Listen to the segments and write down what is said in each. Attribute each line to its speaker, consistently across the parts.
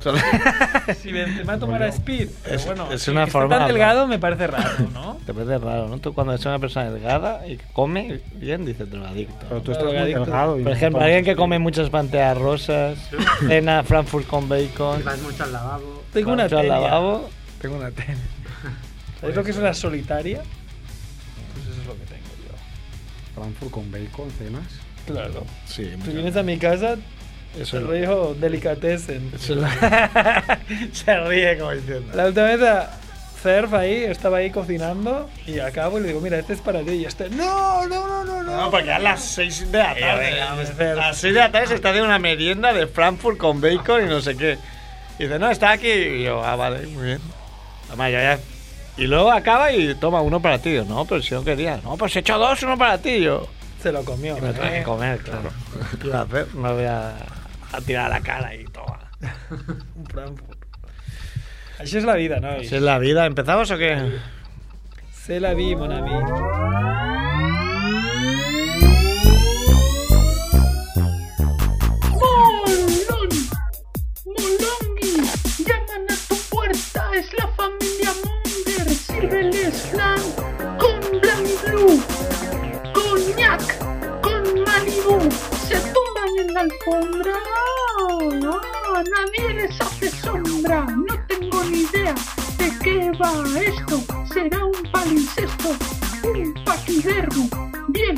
Speaker 1: Solo-
Speaker 2: Si me, me va a tomar a Speed. Pero
Speaker 1: Es-
Speaker 2: bueno,
Speaker 1: es
Speaker 2: sí,
Speaker 1: una
Speaker 2: que esté
Speaker 1: forma de
Speaker 2: tan
Speaker 1: hablar.
Speaker 2: delgado me parece raro, ¿no?
Speaker 1: Te parece raro, ¿no? Tú cuando es una persona delgada y que come bien, dices drogadicto.
Speaker 3: Pero tú estás muy
Speaker 2: Drogadicto.
Speaker 3: delgado. y
Speaker 1: Por
Speaker 3: no
Speaker 1: ejemplo,
Speaker 3: tomas
Speaker 1: alguien que
Speaker 3: Speed.
Speaker 1: come muchas panteas rosas, cena Frankfurt con bacon,
Speaker 4: Y vas mucho al lavabo.
Speaker 2: Tengo una
Speaker 1: mucho al
Speaker 2: tenia.
Speaker 1: lavabo.
Speaker 2: Tengo una tenia. ¿Sabes lo que es una solitaria? Pues eso es lo que tengo yo.
Speaker 3: Frankfurt con bacon, cenas.
Speaker 2: Claro.
Speaker 1: Sí,
Speaker 2: Tú vienes a mi casa,
Speaker 1: Eso
Speaker 2: se
Speaker 1: es-
Speaker 2: río delicatessen.
Speaker 1: eso es lo- Se ríe como diciendo.
Speaker 2: La última vez a Cerf ahí, estaba ahí cocinando y acabo y le digo, mira, este es para ti. Y este, no, no, no, no, no.
Speaker 1: No, porque a las 6 de la
Speaker 2: Ya, venga, vamos a
Speaker 1: tarde. A
Speaker 2: hacer-
Speaker 1: las 6 de la tarde se está haciendo una merienda de Frankfurt con bacon y no sé qué. Y dice, no, está aquí. Y yo, ah, vale, muy bien. Toma, ya, ya. Y luego acaba y toma uno para ti. Yo, no, pero si no quería. No, pues he hecho dos, uno para ti. Yo,
Speaker 2: Se lo comió.
Speaker 1: y me tengo que
Speaker 2: ¿eh?
Speaker 1: comer, claro. ¿Qué iba a hacer? Me voy a, a tirar a la cara y toma.
Speaker 2: Un Frankfurt. Así es la vida, ¿no?
Speaker 1: Así es la vida. ¿Empezamos o qué?
Speaker 2: Se la vi, mon ami.
Speaker 5: Molón, Molongi, llaman a tu puerta, es la familia Munger, sírveles flan con Blanc Blue, coñac, con Malibu, se tumban en la alfombra, no, no, nadie les hace sombra, no tengo ni idea de qué va esto, será un palincesto, un paquidermo, bien,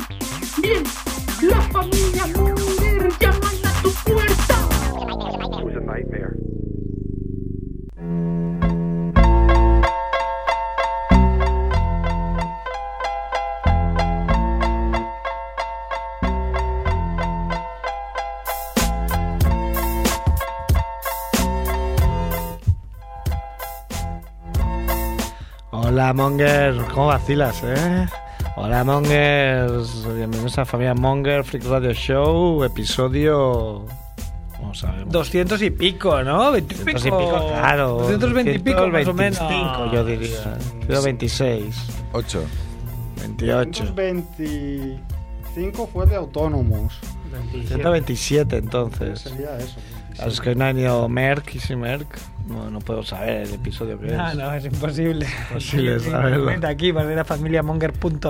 Speaker 5: bien, la familia Munger llaman a tu puerta.
Speaker 1: Hola, Monger. ¿Cómo vacilas, eh? Hola, Mongers. Bienvenidos a Familia Monger, Freak Radio Show, episodio. No sabemos.
Speaker 2: 200 y pico, ¿no? 20 y
Speaker 1: 200 y pico, claro.
Speaker 2: 220 y pico, más o
Speaker 1: 225,
Speaker 2: menos.
Speaker 1: yo diría. 126,
Speaker 6: 8.
Speaker 1: 28.
Speaker 3: 125 fue de autónomos.
Speaker 1: 127, entonces.
Speaker 3: Sería eso.
Speaker 1: Claro, Es que hoy no ha venido Merck y si Merck. No, no puedo saber el episodio que es.
Speaker 2: Ah, no, es imposible.
Speaker 1: Imposible saberlo.
Speaker 2: Vete aquí, barrerafamiliamonger.com.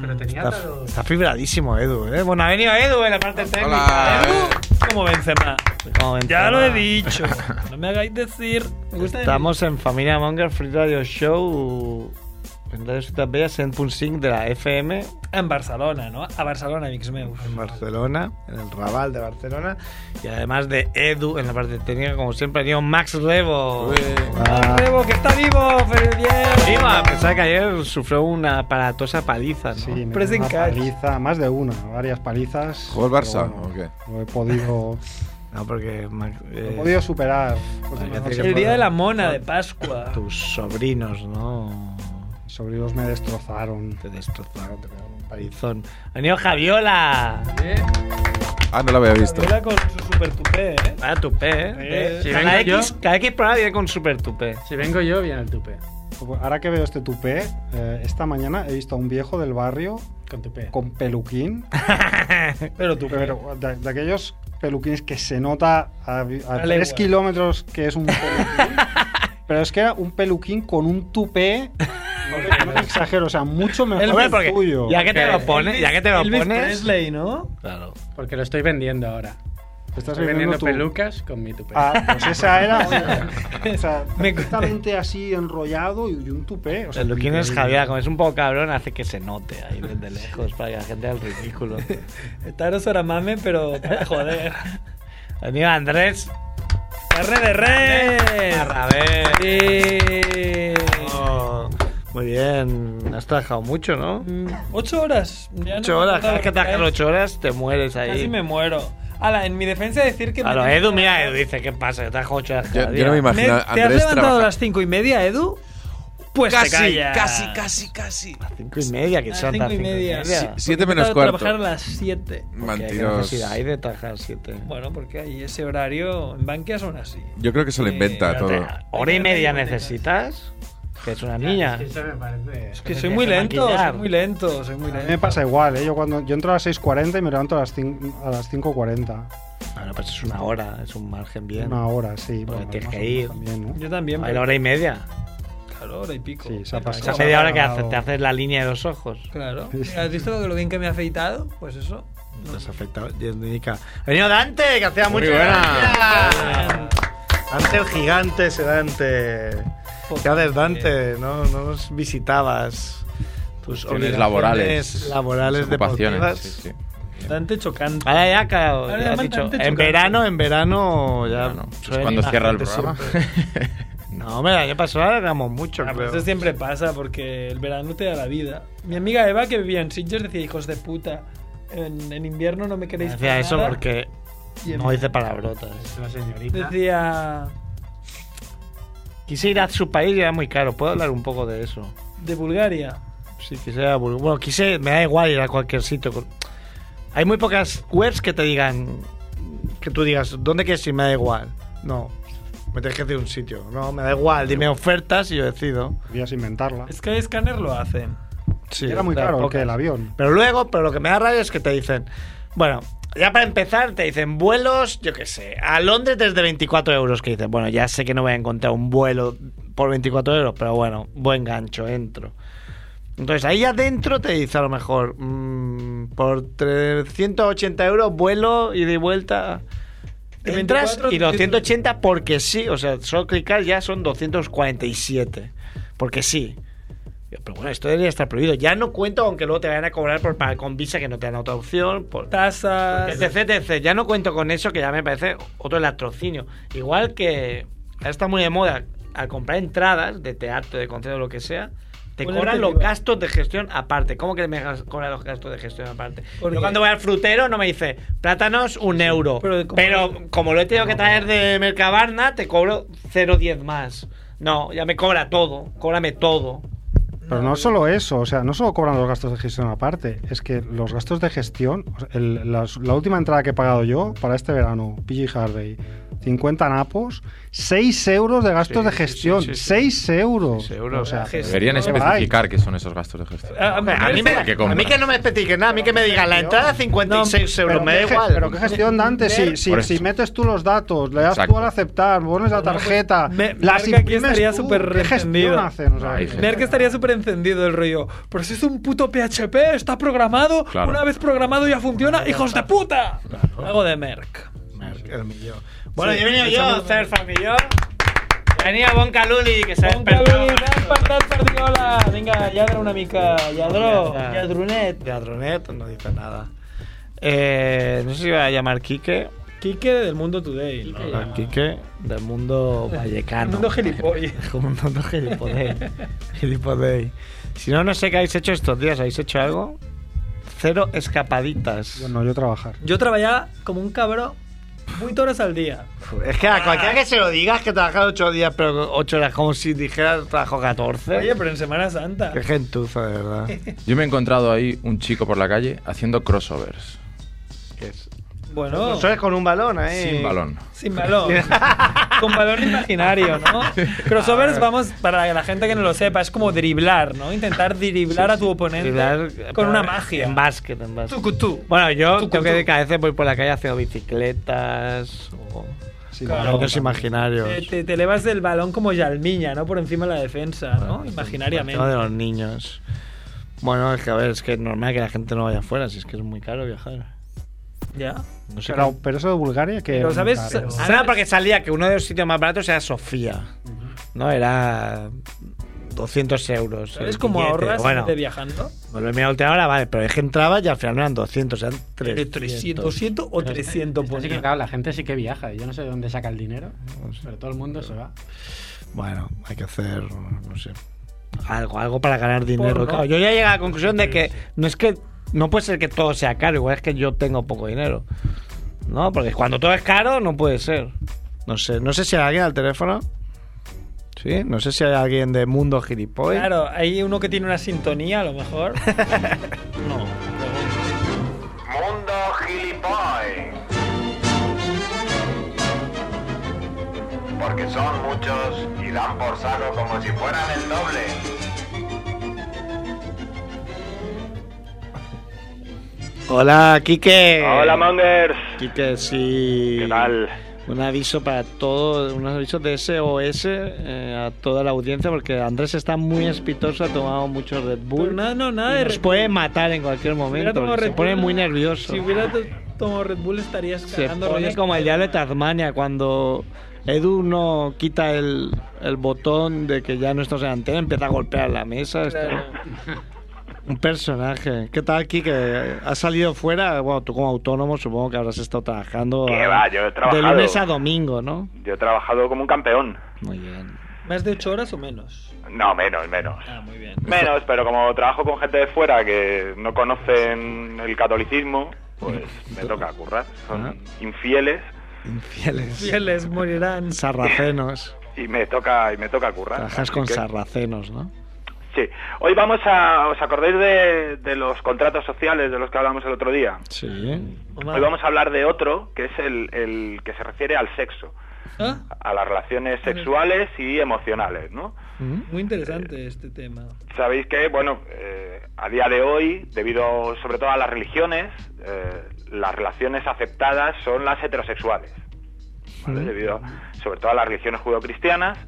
Speaker 4: Pero tenía
Speaker 1: Está,
Speaker 4: todos.
Speaker 1: está fibradísimo Edu, ¿eh? Bueno, ha venido Edu en la parte
Speaker 6: Hola.
Speaker 1: técnica.
Speaker 2: Como Benzema.
Speaker 1: Edu, como
Speaker 2: Ya lo he
Speaker 1: Benzema.
Speaker 2: dicho. No me hagáis decir. Me gusta
Speaker 1: Estamos en Familia Monger Free Radio Show en Radio Ciutat Vella 100.5 de la FM
Speaker 2: en Barcelona, ¿no? A Barcelona, amics meus.
Speaker 1: en Barcelona, en el Raval de Barcelona y además de Edu
Speaker 2: Pues
Speaker 1: en la parte técnica como siempre ha venido Max Rebo.
Speaker 2: Ah,
Speaker 1: Ah,
Speaker 2: Rebo, que está vivo, pero bien.
Speaker 1: Viva, a pesar que ayer sufrió una aparatosa paliza, ¿no?
Speaker 3: Sí, me
Speaker 2: Pressing
Speaker 3: dio una
Speaker 2: catch.
Speaker 3: paliza, más de una, varias palizas.
Speaker 6: ¿Jugó el Barça
Speaker 3: pero
Speaker 6: o qué?
Speaker 3: No he podido,
Speaker 1: No, porque Max,
Speaker 3: no
Speaker 1: eh,
Speaker 3: he podido superar. Porque
Speaker 1: Vale,
Speaker 3: no
Speaker 1: hace
Speaker 3: sé,
Speaker 1: que-
Speaker 2: El día de la mona de Pascua.
Speaker 1: tus sobrinos, ¿no?
Speaker 3: mis sobrinos me destrozaron.
Speaker 1: Te destrozaron, te pegaron un palizón. ¡Ha venido Javiola!
Speaker 6: Ah, no lo había visto.
Speaker 2: Viola Eh, con su super tupé, ¿eh?
Speaker 1: Vaya tupé, ¿eh?
Speaker 2: Eh,
Speaker 4: si
Speaker 1: cada,
Speaker 4: vengo
Speaker 1: X,
Speaker 4: yo-
Speaker 1: cada X programa viene con super tupé.
Speaker 4: Si vengo yo, viene el tupe.
Speaker 3: Ahora que veo este tupé, eh, esta mañana he visto a un viejo del barrio
Speaker 4: Con tupe.
Speaker 3: con peluquín,
Speaker 2: Pero tupé.
Speaker 3: pero de, de aquellos peluquines que se nota a, a tres
Speaker 2: legua.
Speaker 3: kilómetros que es un peluquín. pero es que era un peluquín con un tupé, no, te exagero, o sea, mucho mejor
Speaker 1: Hombre,
Speaker 3: que el tuyo.
Speaker 1: ya que te lo
Speaker 4: Ok.
Speaker 1: pones, ya que te lo
Speaker 2: Elvis
Speaker 1: pones.
Speaker 2: Presley, ¿no?
Speaker 1: Claro.
Speaker 4: Porque lo estoy vendiendo ahora.
Speaker 3: Estás
Speaker 4: Estoy vendiendo
Speaker 3: tu-
Speaker 4: pelucas con mi tupe.
Speaker 3: Ah, pues esa era. oye, o sea,
Speaker 2: Me-
Speaker 3: perfectamente así enrollado y, y un tupé. O sea,
Speaker 1: El Luquín es
Speaker 3: increíble.
Speaker 1: Javier, como es un poco cabrón, hace que se note ahí desde lejos para que la gente haga el ridículo.
Speaker 2: Taro Soramame, pero para joder.
Speaker 1: Ha venido Andrés
Speaker 2: Carne de res.
Speaker 1: Barrabés.
Speaker 2: Sí.
Speaker 1: Oh, Muy bien, has trabajado mucho, ¿no?
Speaker 2: Mm, Ocho horas. Ya no
Speaker 1: Ocho
Speaker 2: me
Speaker 1: horas,
Speaker 2: acuerdo
Speaker 1: cada vez que trabajas
Speaker 2: casi-
Speaker 1: ocho horas te mueres ahí.
Speaker 2: Casi me muero. Ala, en mi defensa decir que... me-
Speaker 1: Claro, Edu, mira, Edu dice, ¿qué pasa? Yo trabajo ocho horas cada
Speaker 6: Yo,
Speaker 1: día.
Speaker 6: yo no me
Speaker 2: Me-
Speaker 6: imagino. a
Speaker 2: ¿Te has
Speaker 6: Andrés
Speaker 2: levantado a
Speaker 6: trabaja-
Speaker 2: las cinco y media, Edu? Pues te
Speaker 6: Casi,
Speaker 2: callas.
Speaker 6: casi, casi, casi.
Speaker 1: Ah, Cinco y media, que
Speaker 2: A las
Speaker 1: son
Speaker 2: cinco
Speaker 1: las
Speaker 2: y media.
Speaker 6: Sí,
Speaker 1: ¿Por
Speaker 6: siete
Speaker 2: Porque he
Speaker 6: menos
Speaker 2: empezado a
Speaker 6: cuarto.
Speaker 2: trabajar a las siete.
Speaker 1: qué? ¿Qué
Speaker 6: Mentiros.
Speaker 1: necesidad hay de trabajar siete?
Speaker 2: Bueno, porque hay ese horario en Bankia son así.
Speaker 6: Yo creo que se lo
Speaker 2: Eh,
Speaker 6: inventa
Speaker 2: espérate.
Speaker 6: todo.
Speaker 1: ¿Hora y media necesitas? Que es una niña.
Speaker 4: Es que eso me parece.
Speaker 2: Es que
Speaker 1: Te
Speaker 2: soy muy
Speaker 1: tienes que
Speaker 2: lento, soy
Speaker 1: maquillar.
Speaker 2: muy lento, soy muy
Speaker 3: A mí me ¿eh?
Speaker 2: lento.
Speaker 3: pasa igual, ¿eh? Yo, cuando, yo entro a las 6.40 y me levanto a las, cin- a las 5.40.
Speaker 1: Bueno, pues es una hora, es un margen bien.
Speaker 3: Una hora, sí.
Speaker 1: Porque Pues tienes
Speaker 3: más
Speaker 1: que
Speaker 3: o menos
Speaker 1: ir.
Speaker 3: También, ¿no?
Speaker 2: Yo también.
Speaker 1: Hay la hora y media.
Speaker 2: Claro, hora y pico.
Speaker 3: Sí, se ha pasado.
Speaker 1: Esa
Speaker 3: Se ha
Speaker 1: media hora que
Speaker 3: pagado.
Speaker 1: hace- te haces la línea de los ojos.
Speaker 2: Claro.
Speaker 3: Sí, sí.
Speaker 2: ¿Has visto lo bien que me ha afeitado? Pues eso.
Speaker 1: Te has afectado. Dios, Nica. Ha venido Dante, que hacía mucho.
Speaker 2: Ah.
Speaker 7: buena. Dante Ah. el gigante, ese Dante.
Speaker 2: Pues
Speaker 7: ¿Qué haces, Dante? No, no nos visitabas. Tus
Speaker 6: Cuestiones
Speaker 7: obligaciones
Speaker 6: laborales.
Speaker 7: laborales
Speaker 6: ocupaciones.
Speaker 7: deportivas.
Speaker 6: Sí, sí.
Speaker 2: Bastante chocante.
Speaker 7: Ah,
Speaker 1: Ahora ya, claro,
Speaker 2: Ahora
Speaker 1: ya
Speaker 2: le
Speaker 1: has
Speaker 2: llaman
Speaker 1: dicho.
Speaker 2: Dante
Speaker 1: En
Speaker 2: Chocante.
Speaker 1: verano, en verano ya.
Speaker 6: Bueno, pues
Speaker 1: suelen
Speaker 6: cuando
Speaker 1: ir más
Speaker 6: cierra el
Speaker 1: gente
Speaker 6: programa.
Speaker 1: siempre. No, hombre, el año pasado alargamos mucho,
Speaker 2: Ah, pues
Speaker 1: creo.
Speaker 2: Eso siempre pasa porque el verano te da la vida. Mi amiga Eva, que vivía en Sitges, decía: hijos de puta, en, en invierno no me queréis.
Speaker 1: Decía
Speaker 2: para
Speaker 1: eso
Speaker 2: nada".
Speaker 1: porque
Speaker 2: Y en-
Speaker 1: no dice palabrotas.
Speaker 4: La señorita.
Speaker 2: Decía:
Speaker 1: Quise ir a su país y era muy caro. ¿Puedo hablar un poco de eso?
Speaker 2: de Bulgaria.
Speaker 1: Sí, quise ir a Bul- Bueno, quise, me da igual ir a cualquier sitio. con- Hay muy pocas webs que te digan, que tú digas, ¿dónde quieres ir? Me da igual. No, me tienes que decir un sitio. No, me da igual, dime ofertas y yo decido.
Speaker 3: Podías inventarla.
Speaker 2: Es que Scanner lo hacen.
Speaker 1: Sí,
Speaker 3: era muy
Speaker 1: o sea,
Speaker 3: caro
Speaker 1: pocas.
Speaker 3: que el avión.
Speaker 1: Pero luego, pero lo que me da rabia es que te dicen, bueno, ya para empezar te dicen vuelos, yo qué sé, a Londres desde 24 euros, que dices, bueno, ya sé que no voy a encontrar un vuelo por 24 euros, pero bueno, buen gancho, entro. Entonces ahí adentro te dice a lo mejor, mm, por 380 euros vuelo ida y de vuelta.
Speaker 2: De
Speaker 1: Entras
Speaker 2: 24,
Speaker 1: y 280 porque sí, o sea, solo clicar ya son 247, porque sí. Yo, Pero bueno, esto debería estar prohibido. Ya no cuento, aunque luego te vayan a cobrar por pagar con visa, que no te dan otra opción. Por,
Speaker 2: Tasas.
Speaker 1: etc, etc. Ya no cuento con eso, que ya me parece otro latrocinio. Igual que ahora está muy de moda, al comprar entradas de teatro, de concierto, lo que sea, te
Speaker 2: Ponerte
Speaker 1: cobran los
Speaker 2: IVA.
Speaker 1: gastos de gestión aparte. ¿Cómo que me gas- cobran los gastos de gestión aparte?
Speaker 2: ¿Por
Speaker 1: Yo
Speaker 2: qué?
Speaker 1: cuando voy al frutero no me dice, plátanos un euro.
Speaker 2: pero
Speaker 1: Pero
Speaker 2: como-
Speaker 1: como, lo he tenido que traer de Mercabarna, te cobro 0,10 más. No, ya me cobra todo, cóbrame todo.
Speaker 3: Pero no solo eso, o sea, no solo cobran los gastos de gestión aparte, es que los gastos de gestión, o sea, el- las- la, última entrada que he pagado yo para este verano, PG Harvey, 50 napos, 6 euros de gastos
Speaker 1: Sí,
Speaker 3: de
Speaker 1: sí,
Speaker 3: gestión,
Speaker 1: sí, sí, sí.
Speaker 3: 6 euros.
Speaker 1: Seis euros.
Speaker 3: O sea,
Speaker 6: Deberían
Speaker 3: Ay.
Speaker 6: especificar qué son esos gastos de gestión.
Speaker 2: Ah,
Speaker 1: Eh, Hombre, A mí, me-
Speaker 6: Que compra.
Speaker 1: a mí que no me especifiquen nada, a mí que me digan la entrada 56
Speaker 3: pero
Speaker 1: euros, me da
Speaker 3: qué ge-
Speaker 1: igual.
Speaker 3: Pero qué gestión, Dante, si, si,
Speaker 6: Por eso.
Speaker 3: si metes tú los datos, le das
Speaker 6: Exacto.
Speaker 3: tú al aceptar, pones la tarjeta,
Speaker 2: pues, me-
Speaker 3: las
Speaker 2: Merck aquí
Speaker 3: imprimes
Speaker 2: estaría
Speaker 3: tú,
Speaker 2: súper
Speaker 3: ¿qué gestión
Speaker 2: resentido.
Speaker 3: hacen? O sea,
Speaker 6: Ay,
Speaker 3: que-
Speaker 6: sí.
Speaker 2: Ver que estaría súper encendido el rollo. Pero si es un puto PHP, está programado.
Speaker 6: Claro.
Speaker 2: Una vez programado ya funciona. ¡Hijos de puta! Algo de Merck.
Speaker 1: Bueno,
Speaker 2: Sí,
Speaker 1: yo he venido yo,
Speaker 2: echamos-
Speaker 1: Fer Famillón. Venia Bonca Luli, que se
Speaker 2: Bon
Speaker 1: despertó.
Speaker 2: Caluli, n'hem pactat per dir hola. Vinga, lladra una mica. Lladró,
Speaker 1: Lladra.
Speaker 2: lladronet.
Speaker 1: Teatronet no dice nada. Eh, no sé si iba a llamar Quique.
Speaker 2: Quique del Mundo Today. ¿no?
Speaker 1: A Quique Ah, del mundo vallecano.
Speaker 2: Mundo gilipollas.
Speaker 1: Como un mundo gilipodey. Gilipodey. Si no, no sé qué habéis hecho estos días. ¿Habéis hecho algo? Cero escapaditas.
Speaker 3: Bueno, yo trabajar.
Speaker 2: Yo trabajaba como un cabrón 8 horas al día.
Speaker 1: Es que a cualquiera que se lo digas que trabajas 8 días, pero 8 horas como si dijeras trabajo 14.
Speaker 2: Oye, pero en Semana Santa.
Speaker 1: Qué gentuza, de verdad.
Speaker 6: Yo me he encontrado ahí un chico por la calle haciendo crossovers.
Speaker 2: Bueno,
Speaker 1: Eso es con un balón
Speaker 2: ¿eh?
Speaker 1: ahí.
Speaker 6: Sin balón.
Speaker 2: sin balón. Con balón imaginario, ¿no?
Speaker 1: Ah.
Speaker 2: Crossovers, vamos, para la gente que no lo sepa, es como driblar, ¿no? Intentar driblar a tu oponente
Speaker 1: Driblar,
Speaker 2: con una
Speaker 1: pero
Speaker 2: magia.
Speaker 1: En básquet, en básquet.
Speaker 2: Tucutú.
Speaker 1: Bueno, yo
Speaker 2: Tú,
Speaker 1: tengo que
Speaker 2: tú.
Speaker 1: decir que a veces voy por la calle haciendo bicicletas o
Speaker 3: Sí,
Speaker 2: Claro.
Speaker 1: balones imaginarios.
Speaker 2: Te, te- te elevas del balón como Yalmiña, ¿no? Por encima de la defensa, ¿no?
Speaker 1: El tema de
Speaker 2: Imaginariamente.
Speaker 1: los niños. Bueno, es que a ver, es que es normal que la gente no vaya afuera, si es que es muy caro viajar.
Speaker 2: ¿Ya?
Speaker 1: No sé
Speaker 3: Pero,
Speaker 1: cómo-
Speaker 3: pero eso de Bulgaria que...
Speaker 2: Pero,
Speaker 3: muy
Speaker 2: ¿sabes?
Speaker 3: caro.
Speaker 2: Sa-
Speaker 1: Será porque salía que uno de los sitios más baratos era Sofía. No, era 200 euros.
Speaker 2: ¿Sabes
Speaker 1: el
Speaker 2: cómo
Speaker 1: billete.
Speaker 2: ahorras
Speaker 1: Bueno,
Speaker 2: de viajando?
Speaker 1: me lo he mirado a última hora, vale, pero es que entraba y al final no eran 200, eran 300.
Speaker 2: 300, 200 o 300
Speaker 4: Así que
Speaker 2: ponía.
Speaker 4: claro, la gente sí que viaja. Yo no sé de dónde saca el dinero, pero todo el mundo se va.
Speaker 1: Bueno, hay que hacer, no sé, algo, algo para ganar dinero.
Speaker 2: Porno.
Speaker 1: Claro, yo ya llegué a la conclusión de que no es que no puede ser que todo sea caro, igual es que yo tengo poco dinero. No, porque cuando todo es caro no puede ser. No sé, no sé si hay alguien al teléfono. Sí, no sé si hay alguien de Mundo Gilipoy.
Speaker 2: Claro, hay uno que tiene una sintonía a lo mejor.
Speaker 8: Mundo Gilipoy. Porque son muchos y dan por saco como si fueran el doble.
Speaker 1: Hola,
Speaker 2: Eh.
Speaker 1: Quique.
Speaker 8: Hola, Mangers.
Speaker 1: Quique, sí.
Speaker 8: ¿Qué tal?
Speaker 1: Un aviso para todo, unos avisos de SOS eh, a toda la audiencia, porque Andrés está muy espitoso, ha tomado mucho Red Bull.
Speaker 2: Nada, no, nada de
Speaker 1: Nos
Speaker 2: Red
Speaker 1: puede matar en cualquier momento.
Speaker 2: tomado
Speaker 1: porque Se
Speaker 2: Red
Speaker 1: pone
Speaker 2: Bull,
Speaker 1: muy nervioso.
Speaker 2: Si hubiera to- tomado Red Bull estarías
Speaker 1: Se
Speaker 2: cagando
Speaker 1: pone
Speaker 2: rollos.
Speaker 1: como el día de Tasmania cuando Edu no quita el, el botón de que ya no estás en antena, empieza a golpear la mesa. está- Un personaje. ¿Qué tal, Kike? ¿Has salido fuera? Bueno, tú como autónomo supongo que habrás estado trabajando.
Speaker 8: Qué
Speaker 1: ah,
Speaker 8: va, yo he
Speaker 1: De
Speaker 8: trabajado.
Speaker 1: lunes a domingo, ¿no?
Speaker 8: Yo he trabajado como un campeón.
Speaker 1: Muy bien.
Speaker 2: ¿Más de 8 horas o menos?
Speaker 8: No, menos, menos.
Speaker 2: Ah, muy bien.
Speaker 8: Menos, pero como trabajo con gente de fuera que no conocen el catolicismo, pues me toca currar.
Speaker 1: Ah.
Speaker 8: Son infieles
Speaker 1: Infieles.
Speaker 2: Fieles morirán.
Speaker 1: Sarracenos.
Speaker 8: y me toca y me toca currar.
Speaker 1: Trabajas
Speaker 8: Así
Speaker 1: con
Speaker 8: que-
Speaker 1: sarracenos, ¿no?
Speaker 8: Sí. Hoy vamos a... ¿Os acordáis de, de los contratos sociales de los que hablamos el otro día?
Speaker 1: Sí.
Speaker 2: Mamá.
Speaker 8: Hoy vamos a hablar de otro, que es el, el que se refiere al sexo,
Speaker 2: Ah,
Speaker 8: a las relaciones sexuales y emocionales, ¿no?
Speaker 1: Mm.
Speaker 2: Muy interesante este tema.
Speaker 8: Sabéis que, bueno, eh, a día de hoy, debido sobre todo a las religiones, eh, las relaciones aceptadas son las heterosexuales. ¿vale? Debido sobre todo a las religiones judeocristianas,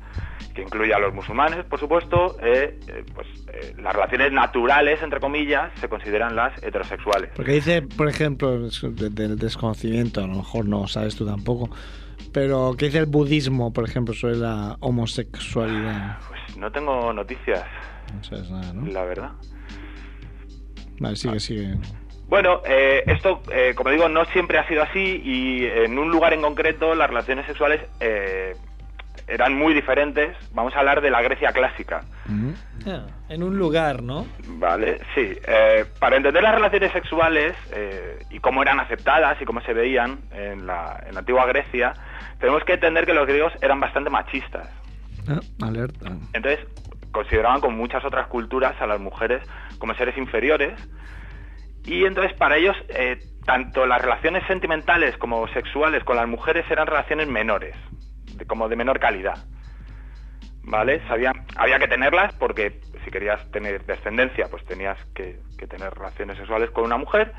Speaker 8: que incluye a los musulmanes, por supuesto, eh, eh, pues eh, las relaciones naturales, entre comillas, se consideran las heterosexuales.
Speaker 1: Porque dice, por ejemplo, es de- del desconocimiento, a lo mejor no sabes tú tampoco, pero ¿qué dice el budismo, por ejemplo, sobre la homosexualidad?
Speaker 8: Pues no tengo noticias,
Speaker 1: No sabes nada, ¿no?
Speaker 8: la Ah. verdad.
Speaker 1: Vale, sigue, sigue.
Speaker 8: Bueno, eh, esto, eh, como digo, no siempre ha sido así y en un lugar en concreto las relaciones sexuales eh, eran muy diferentes. Vamos a hablar de la Grecia clásica,
Speaker 2: Ah, en un lugar, ¿no?
Speaker 8: ¿vale? Sí. eh, para entender las relaciones sexuales eh, y cómo eran aceptadas y cómo se veían en la, en la antigua Grecia, tenemos que entender que los griegos eran bastante machistas.
Speaker 1: Ah, alerta.
Speaker 8: Entonces, consideraban con muchas otras culturas a las mujeres como seres inferiores. Y entonces, para ellos, eh, tanto las relaciones sentimentales como sexuales con las mujeres eran relaciones menores, de- como de menor calidad. ¿Vale? Sabían, había que tenerlas porque si querías tener descendencia, pues tenías que, que tener relaciones sexuales con una mujer,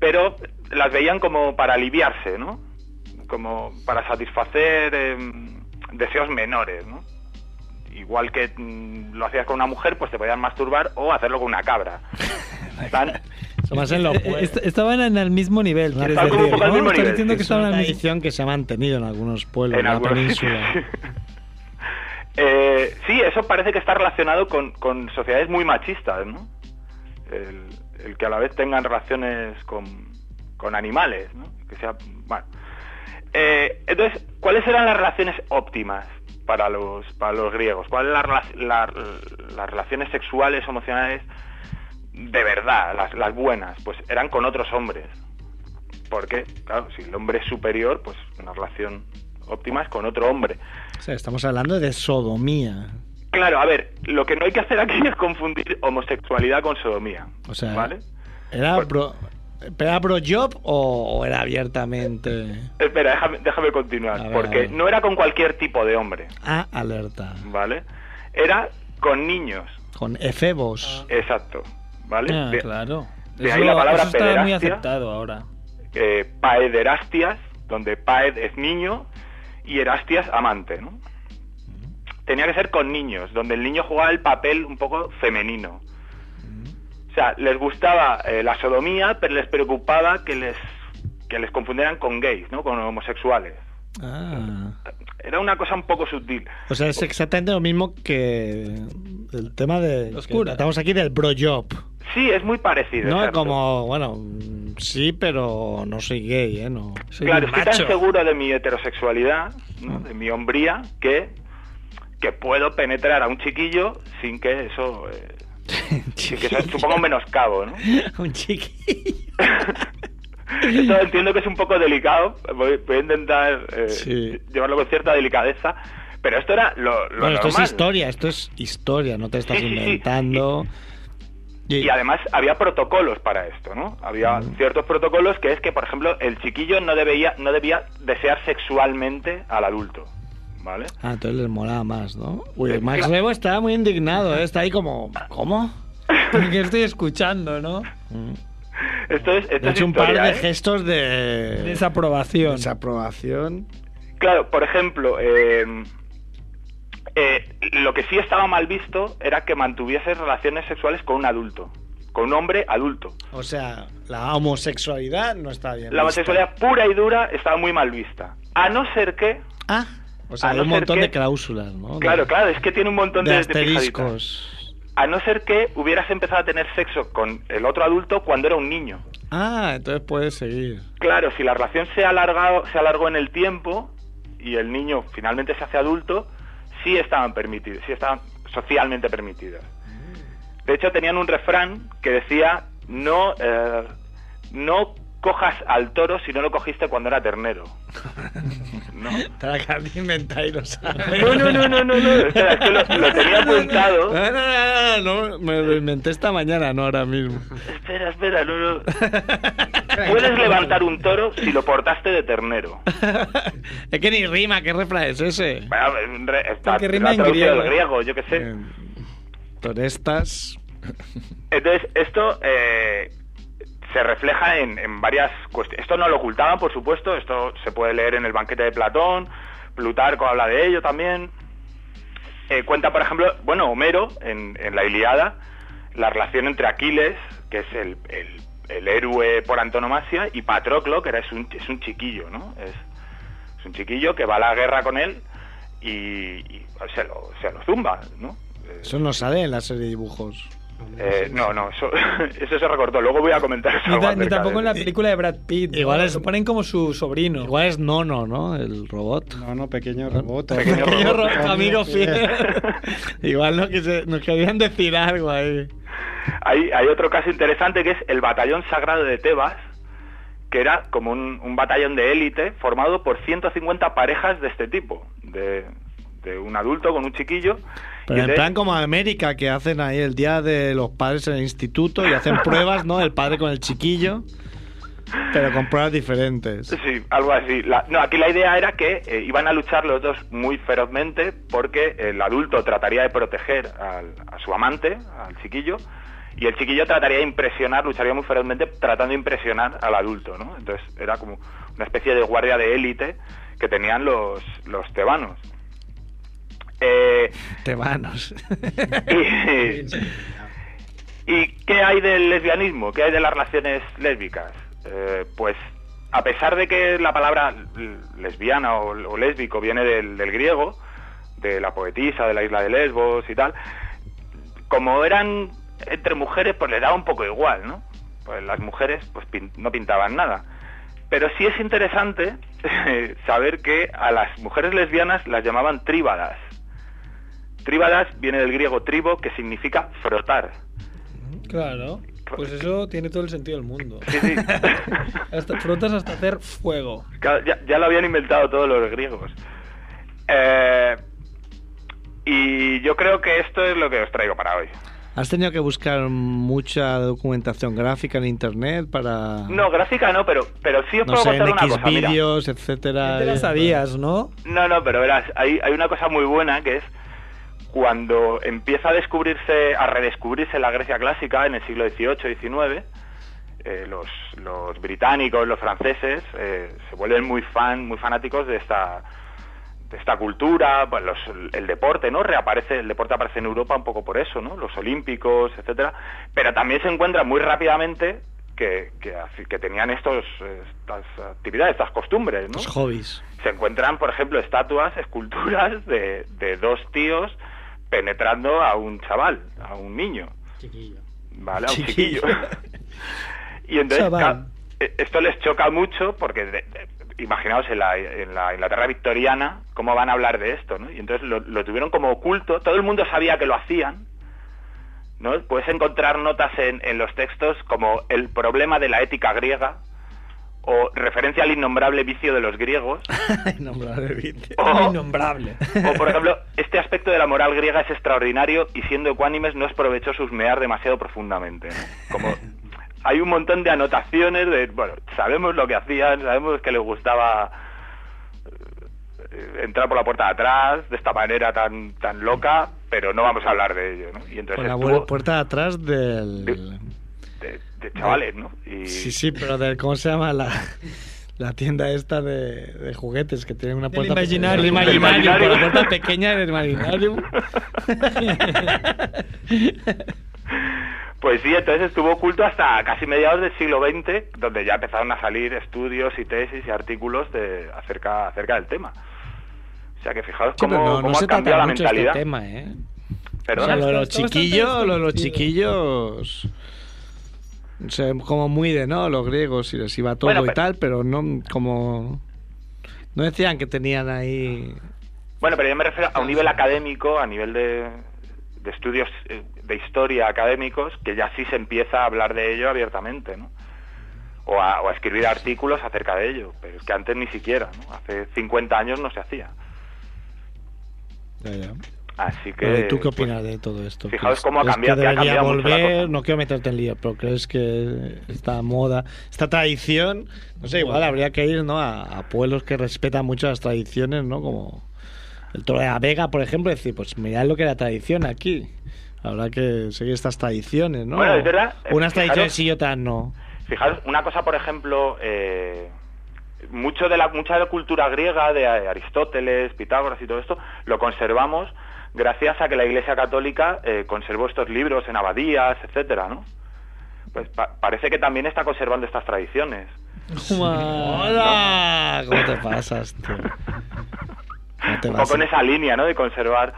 Speaker 8: pero las veían como para aliviarse, ¿no? Como para satisfacer em, deseos menores, ¿no? igual que mm, lo hacías con una mujer, pues te podían masturbar o hacerlo con una cabra. Están,
Speaker 1: Más en lo
Speaker 2: Eh,
Speaker 1: opuesto.
Speaker 2: est- estaban en el mismo nivel, quieres
Speaker 8: Estaban como
Speaker 2: decir,
Speaker 8: un poco al
Speaker 2: ¿no?
Speaker 8: mismo
Speaker 2: Estás
Speaker 8: nivel,
Speaker 2: diciendo que
Speaker 1: Es una
Speaker 2: estaban al mismo
Speaker 1: tradición que se ha mantenido en algunos pueblos,
Speaker 8: en
Speaker 1: en la
Speaker 8: algunos
Speaker 1: península.
Speaker 8: sitios. Eh, sí, eso parece que está relacionado con, con sociedades muy machistas, ¿no? El, el que a la vez tengan relaciones con, con animales, ¿no? Que sea, bueno. Eh, entonces, ¿cuáles eran las relaciones óptimas para los, para los griegos? ¿Cuáles eran las, las- las relaciones sexuales, emocionales de verdad, las, las buenas? Pues eran con otros hombres. Porque, claro, si el hombre es superior, pues una relación óptima es con otro hombre.
Speaker 1: O sea, estamos hablando de sodomía.
Speaker 8: Claro, a ver, lo que no hay que hacer aquí es confundir homosexualidad con sodomía.
Speaker 1: O sea,
Speaker 8: ¿vale?
Speaker 1: ¿era
Speaker 8: Pues-
Speaker 1: bro, ¿era bro job o, o era abiertamente?
Speaker 8: Espera, déjame, déjame
Speaker 1: A
Speaker 8: continuar,
Speaker 1: ver, a
Speaker 8: porque
Speaker 1: ver.
Speaker 8: no era con cualquier tipo de hombre,
Speaker 1: Ah, alerta.
Speaker 8: ¿vale? Era con niños,
Speaker 1: Con efebos.
Speaker 8: exacto, Ah, ¿vale?
Speaker 2: Ah,
Speaker 8: De-
Speaker 2: claro.
Speaker 8: de ahí la palabra
Speaker 2: eso está muy
Speaker 8: pederastia.
Speaker 2: aceptado ahora.
Speaker 8: eh, paederastias, donde paed es niño y erastias amante, ¿no? Tenía que ser con niños, donde el niño jugaba el papel un poco femenino. O sea, les gustaba eh, la sodomía, pero les preocupaba que les que les confundieran con gays, ¿no? Con homosexuales.
Speaker 1: Ah.
Speaker 8: Era una cosa un poco sutil.
Speaker 1: O sea, es exactamente lo mismo que el tema de.
Speaker 2: Los
Speaker 1: que
Speaker 2: curas.
Speaker 1: Tratamos aquí del bro job.
Speaker 8: Sí, es muy parecido.
Speaker 1: No
Speaker 8: exacto.
Speaker 1: como, bueno, mm, sí, pero no soy gay, ¿eh? No.
Speaker 2: Soy
Speaker 8: Claro,
Speaker 2: un
Speaker 8: estoy
Speaker 2: macho.
Speaker 8: tan seguro de mi heterosexualidad, ¿no? de mi hombría, que, que puedo penetrar a un chiquillo sin que eso... eh, sin que eso suponga un menoscabo, ¿no?
Speaker 1: Un chiqui.
Speaker 8: Esto entiendo que es un poco delicado, voy, voy a intentar eh,
Speaker 1: Sí.
Speaker 8: llevarlo con cierta delicadeza, pero esto era lo, lo
Speaker 1: Bueno, esto es
Speaker 8: normal.
Speaker 1: historia, esto es historia, no te estás
Speaker 8: Sí, sí, sí.
Speaker 1: inventando. Y-
Speaker 8: Y además había protocolos para esto, ¿no? Había
Speaker 1: Mm.
Speaker 8: ciertos protocolos que es que, por ejemplo, el chiquillo no, debía, no debía desear sexualmente al adulto, ¿vale?
Speaker 1: Ah, entonces les molaba más, ¿no? Uy,
Speaker 8: Eh,
Speaker 1: Max
Speaker 8: claro.
Speaker 1: Rebo estaba muy indignado, ¿eh? Está ahí como, ¿cómo?
Speaker 2: Porque estoy escuchando, ¿no?
Speaker 8: Esto es, esto
Speaker 1: He
Speaker 8: es
Speaker 1: hecho un par
Speaker 8: historia,
Speaker 1: de
Speaker 8: ¿eh?
Speaker 1: gestos de
Speaker 2: Desaprobación.
Speaker 1: desaprobación.
Speaker 8: Claro, por ejemplo, eh, eh, lo que sí estaba mal visto era que mantuvieses relaciones sexuales con un adulto, con un hombre adulto.
Speaker 1: O sea, la homosexualidad no está bien.
Speaker 8: La
Speaker 1: vista.
Speaker 8: homosexualidad pura y dura estaba muy mal vista. A no ser que,
Speaker 1: Ah, o sea,
Speaker 8: A
Speaker 1: hay
Speaker 8: no
Speaker 1: un
Speaker 8: ser
Speaker 1: montón
Speaker 8: que-
Speaker 1: de cláusulas, ¿no?
Speaker 8: claro,
Speaker 1: de,
Speaker 8: claro, es que tiene un montón de,
Speaker 1: de
Speaker 8: de pijaditas.
Speaker 1: asteriscos.
Speaker 8: A no ser que hubieras empezado a tener sexo con el otro adulto cuando era un niño.
Speaker 1: Ah, entonces puedes seguir.
Speaker 8: Claro, si la relación se ha alargado, se alargó en el tiempo y el niño finalmente se hace adulto, sí estaban permitidos, sí estaban socialmente permitidas. De hecho, tenían un refrán que decía no eh, no cojas al toro si no lo cogiste cuando era ternero. No.
Speaker 1: Para que alguien inventa y lo sabe.
Speaker 8: No, no, no, no, no, no. Espera, es que lo, lo tenía apuntado.
Speaker 1: No, no, no, no, no, me lo inventé esta mañana, no ahora mismo.
Speaker 8: Espera, espera, no, no. Puedes levantar un toro si lo portaste de ternero.
Speaker 1: es que ni rima, ¿qué refra es ese?
Speaker 8: Bueno, en re- está-
Speaker 2: Porque rima
Speaker 8: lo ha
Speaker 2: en
Speaker 8: traducido
Speaker 2: griego.
Speaker 8: al griego, yo qué sé.
Speaker 1: Bien. Torestas.
Speaker 8: Entonces, esto eh, se refleja en, en varias cuestiones. Esto no lo ocultaban, por supuesto, esto se puede leer en el banquete de Platón, Plutarco habla de ello también. Eh, cuenta, por ejemplo, bueno, Homero, en, en la Iliada, la relación entre Aquiles, que es el, el- el héroe por antonomasia, y Patroclo, que era, es, un, es un chiquillo, ¿no? Es, es un chiquillo que va a la guerra con él y, y se, lo, se lo zumba, ¿no? Eh,
Speaker 1: Eso no sale en la serie de dibujos.
Speaker 8: eh, no, no, eso, eso se recortó. Luego voy a comentar eso.
Speaker 2: Ni,
Speaker 8: algo
Speaker 2: ta- ni
Speaker 8: acerca
Speaker 2: tampoco
Speaker 8: de-
Speaker 2: en la película de Brad Pitt. ¿no?
Speaker 1: Igual es-
Speaker 2: Lo ponen como su sobrino.
Speaker 1: Igual es Nono, ¿no? El robot.
Speaker 3: No, no, pequeño robot.
Speaker 8: Pequeño
Speaker 1: Ah, Pequeño
Speaker 8: robot.
Speaker 1: robot, amigo fiel. Igual no quise- nos querían decir algo ahí.
Speaker 8: Hay, hay otro caso interesante que es el batallón sagrado de Tebas, que era como un, un batallón de élite formado por 150 parejas de este tipo, de, de un adulto con un chiquillo.
Speaker 1: Pero
Speaker 8: Y
Speaker 1: en
Speaker 8: de-
Speaker 1: plan como América, que hacen ahí el día de los padres en el instituto y hacen pruebas, ¿no? El padre con el chiquillo, pero con pruebas diferentes.
Speaker 8: Sí, algo así. La- no, aquí la idea era que eh, iban a luchar los dos muy ferozmente porque el adulto trataría de proteger al- a su amante, al chiquillo, y el chiquillo trataría de impresionar, lucharía muy ferozmente tratando de impresionar al adulto, ¿no? Entonces era como una especie de guardia de élite que tenían los, los tebanos. Eh,
Speaker 1: Tebanos.
Speaker 8: y, ¿Y qué hay del lesbianismo? ¿Qué hay de las relaciones lésbicas? Eh, pues a pesar de que la palabra l- lesbiana o, o lésbico viene del, del griego, de la poetisa, de la isla de Lesbos y tal, como eran entre mujeres, pues les daba un poco igual, ¿no? Pues las mujeres pues pin- no pintaban nada. Pero sí es interesante saber que a las mujeres lesbianas las llamaban tríbadas. Tríbadas viene del griego tribo, que significa frotar.
Speaker 2: Claro. Pues eso tiene todo el sentido del mundo.
Speaker 8: Sí, sí.
Speaker 2: Hasta, frotas hasta hacer fuego.
Speaker 8: Claro, ya, ya lo habían inventado todos los griegos. Eh, y yo creo que esto es lo que os traigo para hoy.
Speaker 1: ¿Has tenido que buscar mucha documentación gráfica en internet para...
Speaker 8: No, gráfica no, pero, pero sí os
Speaker 1: no
Speaker 8: puedo
Speaker 1: sé, en
Speaker 8: contar una
Speaker 1: X
Speaker 8: cosa. mira.
Speaker 1: vídeos,
Speaker 2: Ya
Speaker 1: etcétera. eh,
Speaker 2: te la
Speaker 1: y-
Speaker 2: sabías, ¿no?
Speaker 8: No, no, pero verás, hay, hay una cosa muy buena que es cuando empieza a descubrirse, a redescubrirse la Grecia clásica en el siglo XVIII, XIX, eh, los, los británicos, los franceses, eh, se vuelven muy fan, muy fanáticos de esta de esta cultura, pues, los- el deporte, ¿no? Reaparece, el deporte aparece en Europa un poco por eso, ¿no? Los olímpicos, etcétera, pero también se encuentra muy rápidamente que, que, así- que tenían estos, eh, estas actividades, estas costumbres, ¿no?
Speaker 1: Los hobbies.
Speaker 8: se encuentran, por ejemplo, estatuas, esculturas de, de dos tíos penetrando a un chaval, a un niño.
Speaker 4: Chiquillo.
Speaker 8: ¿Vale? A un
Speaker 1: Chiquillo.
Speaker 8: chiquillo. y entonces,
Speaker 2: Chaval.
Speaker 8: claro, eh, esto les choca mucho porque, de- de- imaginaos, en la, en la Inglaterra victoriana, ¿cómo van a hablar de esto? ¿no? Y entonces lo, lo tuvieron como oculto, todo el mundo sabía que lo hacían. ¿no? Puedes encontrar notas en, en los textos como el problema de la ética griega o referencia al innombrable vicio de los griegos.
Speaker 1: Innombrable vídeo.
Speaker 8: o-
Speaker 2: Innombrable.
Speaker 8: o por ejemplo, este aspecto de la moral griega es extraordinario y siendo ecuánimes no es provechoso husmear demasiado profundamente. ¿no? Como hay un montón de anotaciones de, bueno, sabemos lo que hacían, sabemos que les gustaba eh, entrar por la puerta de atrás de esta manera tan tan loca, pero no vamos a hablar de ello, ¿no? Y entonces
Speaker 1: Por la
Speaker 8: estuvo
Speaker 1: puerta de atrás del...
Speaker 8: de- de, de chavales, ¿no? Y,
Speaker 1: Sí, sí, pero de, ¿cómo se llama la, la tienda esta de, de juguetes que tiene una puerta
Speaker 2: imaginario.
Speaker 1: pequeña?
Speaker 2: Del imaginario.
Speaker 1: Con la puerta pequeña del imaginario.
Speaker 8: Pues sí, entonces estuvo oculto hasta casi mediados del siglo XX, donde ya empezaron a salir estudios y tesis y artículos de, acerca, acerca del tema. O sea que fijaos
Speaker 1: Sí,
Speaker 8: cómo,
Speaker 1: pero no,
Speaker 8: cómo
Speaker 1: no se
Speaker 8: ha cambiado la
Speaker 1: trata mucho este
Speaker 8: mentalidad.
Speaker 1: tema, ¿eh? O
Speaker 8: Perdona.
Speaker 1: sea, lo de los
Speaker 2: Está bastante
Speaker 1: chiquillos, lo de los
Speaker 2: desconocido.
Speaker 1: chiquillos. O sea, como muy de, ¿no? Los griegos y les iba todo
Speaker 8: Bueno,
Speaker 1: y
Speaker 8: pero-
Speaker 1: tal, pero no como. No decían que tenían ahí.
Speaker 8: Bueno, pero yo me refiero a un nivel académico, a nivel de, de estudios eh, de historia académicos, que ya sí se empieza a hablar de ello abiertamente, ¿no? O a, o a escribir artículos acerca de ello, pero es que antes ni siquiera, ¿no? Hace 50 años no se hacía.
Speaker 1: Ya, ya.
Speaker 8: Así que...
Speaker 1: Pero, ¿Tú qué
Speaker 8: pues,
Speaker 1: opinas de todo esto?
Speaker 8: fijaos
Speaker 1: ¿Crees-
Speaker 8: cómo ha
Speaker 1: crees
Speaker 8: cambiado, que
Speaker 1: Que
Speaker 8: ha
Speaker 1: debería
Speaker 8: cambiado mucho la
Speaker 1: volver,
Speaker 8: cosa.
Speaker 1: no quiero meterte en lío, pero crees que esta moda, esta tradición, no sé, igual habría que ir ¿no? a, a pueblos que respetan mucho las tradiciones, ¿no? Como el Toro de la Vega, por ejemplo, decir, pues mirad lo que era tradición aquí. Habrá que seguir estas tradiciones, ¿no?
Speaker 8: Bueno, es verdad, eh,
Speaker 1: Unas
Speaker 8: fijaros-
Speaker 1: tradiciones y otras no.
Speaker 8: Fijaros, una cosa, por ejemplo, eh, mucho de la, mucha de la cultura griega de Aristóteles, Pitágoras y todo esto, lo conservamos gracias a que la Iglesia Católica eh, conservó estos libros en abadías, etcétera, ¿no? Pues pa- parece que también está conservando estas tradiciones.
Speaker 1: ¡Hola! ¿Cómo te pasas, tío? ¿Cómo te
Speaker 8: Un
Speaker 1: pasas?
Speaker 8: poco en esa línea, ¿no? De conservar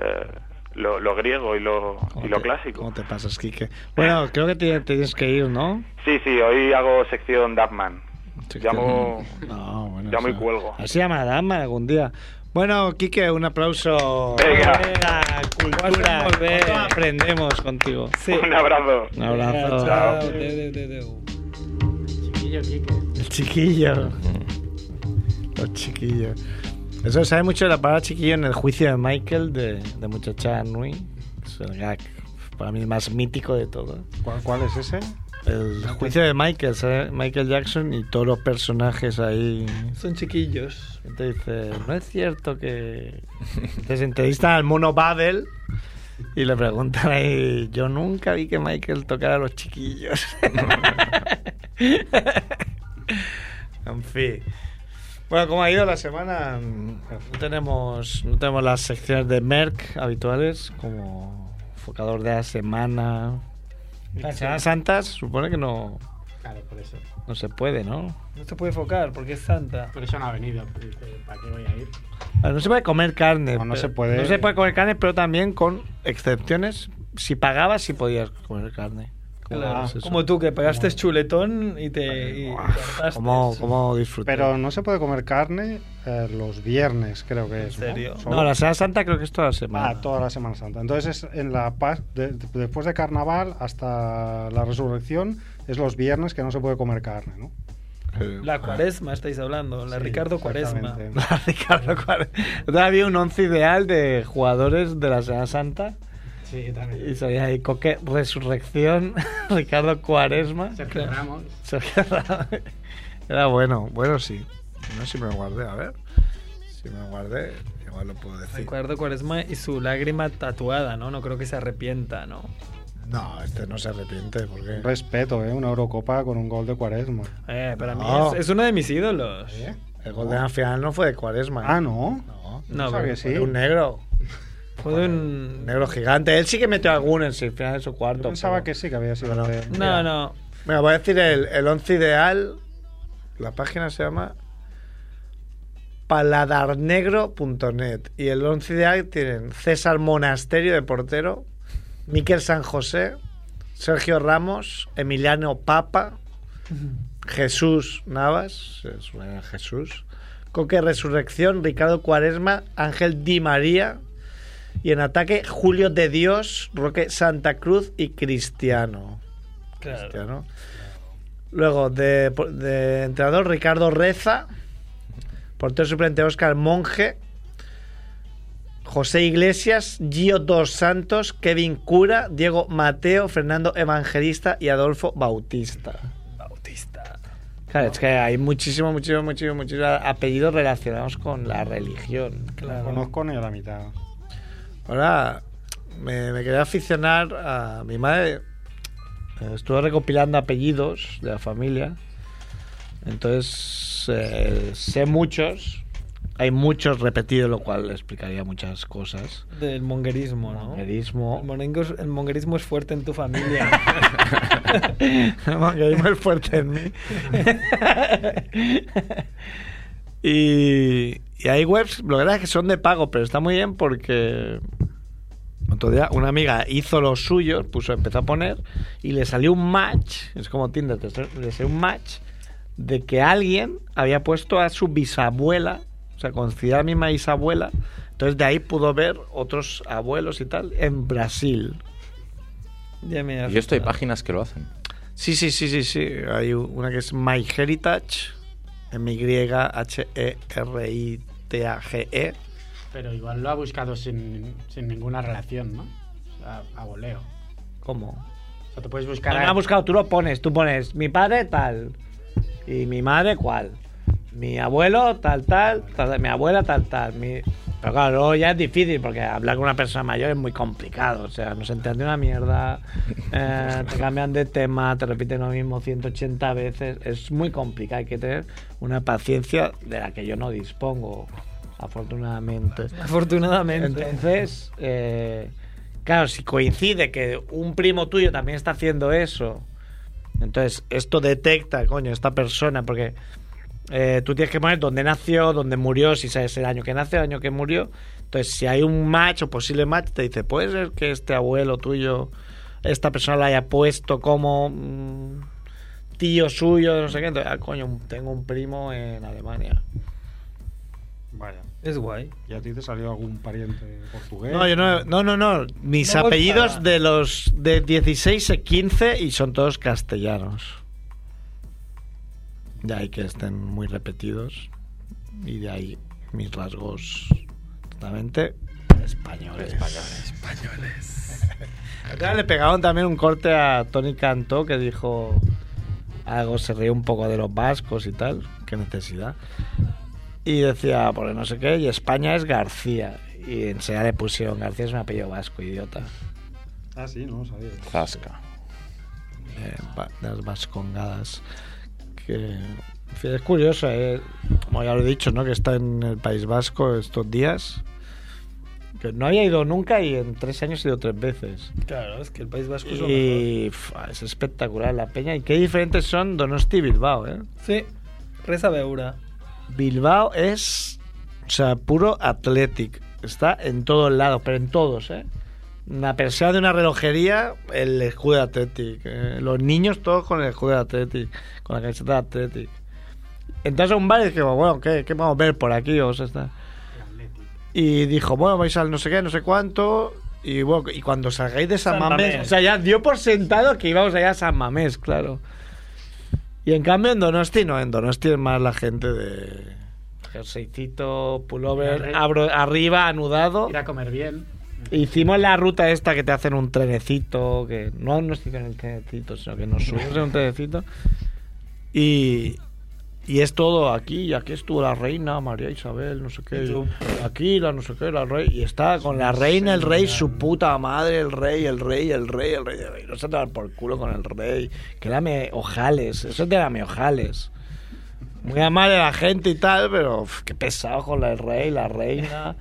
Speaker 8: eh, lo, lo griego y lo,
Speaker 1: ¿Cómo
Speaker 8: y lo
Speaker 1: te-
Speaker 8: clásico.
Speaker 1: ¿Cómo te pasas, Quique? Bueno, creo que te- tienes que ir, ¿no?
Speaker 8: Sí, sí, hoy hago sección Dabman.
Speaker 1: Sí,
Speaker 8: Llamo...
Speaker 1: que- No, Ah, bueno,
Speaker 8: llamo y
Speaker 1: eso-
Speaker 8: cuelgo.
Speaker 1: Así llama dama algún día. Bueno, Quique, un aplauso.
Speaker 8: Venga.
Speaker 1: Venga, cultura.
Speaker 2: Vas a volver.
Speaker 1: ¿Cuánto aprendemos contigo.
Speaker 2: Sí.
Speaker 8: Un abrazo.
Speaker 1: Un abrazo.
Speaker 2: Chao, de- de- de- de-
Speaker 4: Chiquillo, Quique.
Speaker 1: El chiquillo. Los chiquillos. Eso sabe mucho de la palabra chiquillo en el juicio de Michael de, de Muchacha Nui. Es el gag, para mí, el más mítico de todo.
Speaker 3: ¿Cuál, cuál es ese?
Speaker 1: El juicio de Michael, ¿sabe? Michael Jackson y todos los personajes ahí.
Speaker 2: Son chiquillos.
Speaker 1: Y te dice, no es cierto que... Entonces entrevistan al mono Babel y le preguntan ahí, yo nunca vi que Michael tocara a los chiquillos. en fin. Bueno, ¿cómo ha ido la semana? No tenemos, no tenemos las secciones de Merck habituales como enfocador de la semana. Las Semanas Santas supone que no,
Speaker 4: Claro, por eso.
Speaker 1: no se puede, ¿no?
Speaker 2: No se puede enfocar porque es santa.
Speaker 4: Por eso no ha venido. Dice, ¿Para qué voy a ir?
Speaker 1: Ah, No se puede comer carne.
Speaker 3: No, no
Speaker 1: pero-
Speaker 3: se puede.
Speaker 1: No se puede comer carne, pero también con excepciones. Si pagabas, sí podías comer carne. ¿Cómo
Speaker 2: Claro,
Speaker 1: es eso?
Speaker 2: Ah, como tú, que pagaste chuletón y te. Y te
Speaker 1: ¿Cómo,
Speaker 2: hartaste.
Speaker 1: cómo disfrutar?
Speaker 3: Pero no se puede comer carne eh, los viernes, creo que es. ¿no?
Speaker 2: serio?
Speaker 3: Solo-
Speaker 1: No, la Semana Santa creo que es toda la semana.
Speaker 3: Ah, toda la Semana Santa. Entonces, es en la pas- de- de- después de Carnaval hasta la Resurrección, es los viernes que no se puede comer carne, ¿no?
Speaker 1: Eh,
Speaker 2: La cuaresma estáis hablando, la
Speaker 3: Sí,
Speaker 2: Ricardo Cuaresma.
Speaker 3: exactamente.
Speaker 1: La Ricardo Cuare- Entonces había un once ideal de jugadores de la Semana Santa.
Speaker 4: Sí, yo
Speaker 1: Y
Speaker 4: también.
Speaker 1: salía ahí Coque Resurrección, Ricardo Cuaresma.
Speaker 4: Sergio Ramos.
Speaker 1: Sergio Ramos. Era bueno, bueno sí. No sé si me lo guardé, a ver. Si me lo guardé, igual lo puedo decir.
Speaker 2: Ricardo Cuaresma y su lágrima tatuada, ¿no? No creo que se arrepienta, ¿no?
Speaker 1: No, este no se arrepiente porque...
Speaker 3: Respeto, ¿eh? Una Eurocopa con un gol de cuaresma.
Speaker 2: Eh, para mí
Speaker 1: No.
Speaker 2: es, es uno de mis ídolos.
Speaker 1: ¿eh? El gol de la final no fue de Cuaresma. ¿eh?
Speaker 3: Ah, ¿no?
Speaker 1: No,
Speaker 2: No,
Speaker 3: Pensaba
Speaker 2: pero
Speaker 3: que sí.
Speaker 1: fue de un negro.
Speaker 2: fue un.
Speaker 1: Un negro gigante. Él sí que metió algún en final de su
Speaker 3: Yo
Speaker 1: cuarto.
Speaker 3: pensaba
Speaker 1: pero-
Speaker 3: que sí, que había sido.
Speaker 1: Pero no.
Speaker 3: de-
Speaker 2: No, no.
Speaker 1: Mira, voy a decir el, el once ideal. La página se llama paladarnegro.net. Y el once ideal tienen César Monasterio de portero, Miquel San José, Sergio Ramos, Emiliano Papa, Jesús Navas, es un gran Jesús, Coque Resurrección, Ricardo Cuaresma, Ángel Di María. Y en ataque, Julio de Dios, Roque Santa Cruz y Cristiano.
Speaker 2: Claro.
Speaker 1: Cristiano. Luego, de, de entrenador Ricardo Reza, portero suplente Oscar Monge, José Iglesias, Gio Dos Santos, Kevin Cura, Diego Mateo, Fernando Evangelista y Adolfo Bautista.
Speaker 2: Bautista.
Speaker 1: Claro, es que hay muchísimo, muchísimo, muchísimo, muchísimo apellidos relacionados con la religión.
Speaker 2: Claro.
Speaker 3: Conozco ni a la mitad.
Speaker 1: Ahora me, me quería aficionar a mi madre.
Speaker 9: eh, estuve recopilando apellidos de la familia. Entonces, eh, sé muchos. Hay muchos repetidos, lo cual explicaría muchas cosas.
Speaker 2: Del monguerismo, ¿no?
Speaker 9: Monguerismo.
Speaker 2: El monengo es- el monguerismo es fuerte en tu familia.
Speaker 1: El monguerismo es fuerte en mí. Y, y hay webs, lo que pasa es que son de pago, pero está muy bien porque otro día una amiga hizo los suyos, puso, empezó a poner y le salió un match, es como Tinder, te sal- le salió un match de que alguien había puesto a su bisabuela, o sea, conocida a la misma bisabuela, entonces de ahí pudo ver otros abuelos y tal en Brasil.
Speaker 2: ya me has-
Speaker 6: Y esto hay páginas que lo hacen.
Speaker 1: Sí, sí, sí, sí, sí. Hay u- una que es My Heritage, M Y H E R I T A G E.
Speaker 4: Pero igual lo ha buscado sin, sin ninguna relación, ¿no? O sea, a voleo.
Speaker 1: ¿Cómo?
Speaker 4: O sea, te puedes
Speaker 9: No,
Speaker 4: buscar.
Speaker 9: no
Speaker 4: a-
Speaker 9: ha buscado, tú lo pones, tú pones mi padre tal y mi madre cual, mi abuelo tal tal, tal, mi abuela tal tal. mi- Pero claro, luego ya es difícil porque hablar con una persona mayor es muy complicado, o sea, no se entiende una mierda, eh, te cambian de tema, te repiten lo mismo 180 veces, es muy complicado, hay que tener una paciencia de la que yo no dispongo, afortunadamente.
Speaker 2: Afortunadamente.
Speaker 9: Entonces, eh, claro, si coincide que un primo tuyo también está haciendo eso, entonces esto detecta, coño, esta persona, porque eh, tú tienes que poner dónde nació, dónde murió, si sabes el año que nació, el año que murió. Entonces, si hay un match o posible match, te dice, puede ser que este abuelo tuyo, esta persona la haya puesto como mm, tío suyo, no sé qué. Entonces, ah, coño, tengo un primo en Alemania.
Speaker 3: Vaya.
Speaker 2: es guay.
Speaker 3: ¿Y a ti te salió algún pariente portugués?
Speaker 1: No, yo no, no, no, no. Mis
Speaker 2: No voy
Speaker 1: apellidos
Speaker 2: para-
Speaker 1: de los de 16 a 15 y son todos castellanos. De ahí que estén muy repetidos y de ahí mis rasgos totalmente españoles. Acá le pegaron también un corte a Tony Cantó que dijo algo, se reía un poco de los vascos y tal, qué necesidad. Y decía, porque no sé qué, y España es García. Y enseguida le pusieron García, es un apellido vasco, idiota.
Speaker 3: Ah, sí, no lo sabía.
Speaker 6: Zasca.
Speaker 1: Eh, va- de las vascongadas. Que, en fin, es curioso, eh, como ya lo he dicho, ¿no? que está en el País Vasco estos días. Que no había ido nunca y en tres años he ido tres veces.
Speaker 2: Claro, es que el País Vasco es lo mejor.
Speaker 1: Y fa, es espectacular la peña. Y qué diferentes son Donosti y Bilbao, ¿eh?
Speaker 2: Sí, reza Beura.
Speaker 1: Bilbao es, o sea, puro Athletic. Está en todos lados, pero en todos, ¿eh? La persiana de una relojería, el escudo de Athletic. eh, los niños todos con el escudo de Athletic, con la camiseta de Athletic. Entonces a un bar y dije, bueno, ¿qué, qué vamos a ver por aquí? O sea, está. Y dijo, bueno, vais al no sé qué, no sé cuánto. Y bueno, y cuando salgáis de San,
Speaker 2: San
Speaker 1: Mamés,
Speaker 2: Mamés.
Speaker 1: o sea, ya dio por sentado que íbamos allá a San Mamés, claro. Y en cambio en Donosti no, en Donosti es más la gente de jerseycito, pullover,
Speaker 4: Arre-
Speaker 1: abro- arriba, anudado.
Speaker 4: Ir a comer bien.
Speaker 1: Hicimos la ruta esta que te hacen un trenecito, que no no estoy en el trenecito, sino que nos subimos en un trenecito. Y, y es todo aquí, y aquí estuvo la reina, María Isabel, no sé qué.
Speaker 2: Y tú.
Speaker 1: Aquí la no sé qué, la rey. Y está con la reina, el rey, su puta madre, el rey, el rey, el rey, el rey. el rey. No se te va por culo con el rey. Que dame ojales, eso te dame ojales. Muy amable la gente y tal, pero uf, qué pesado con el rey, la reina,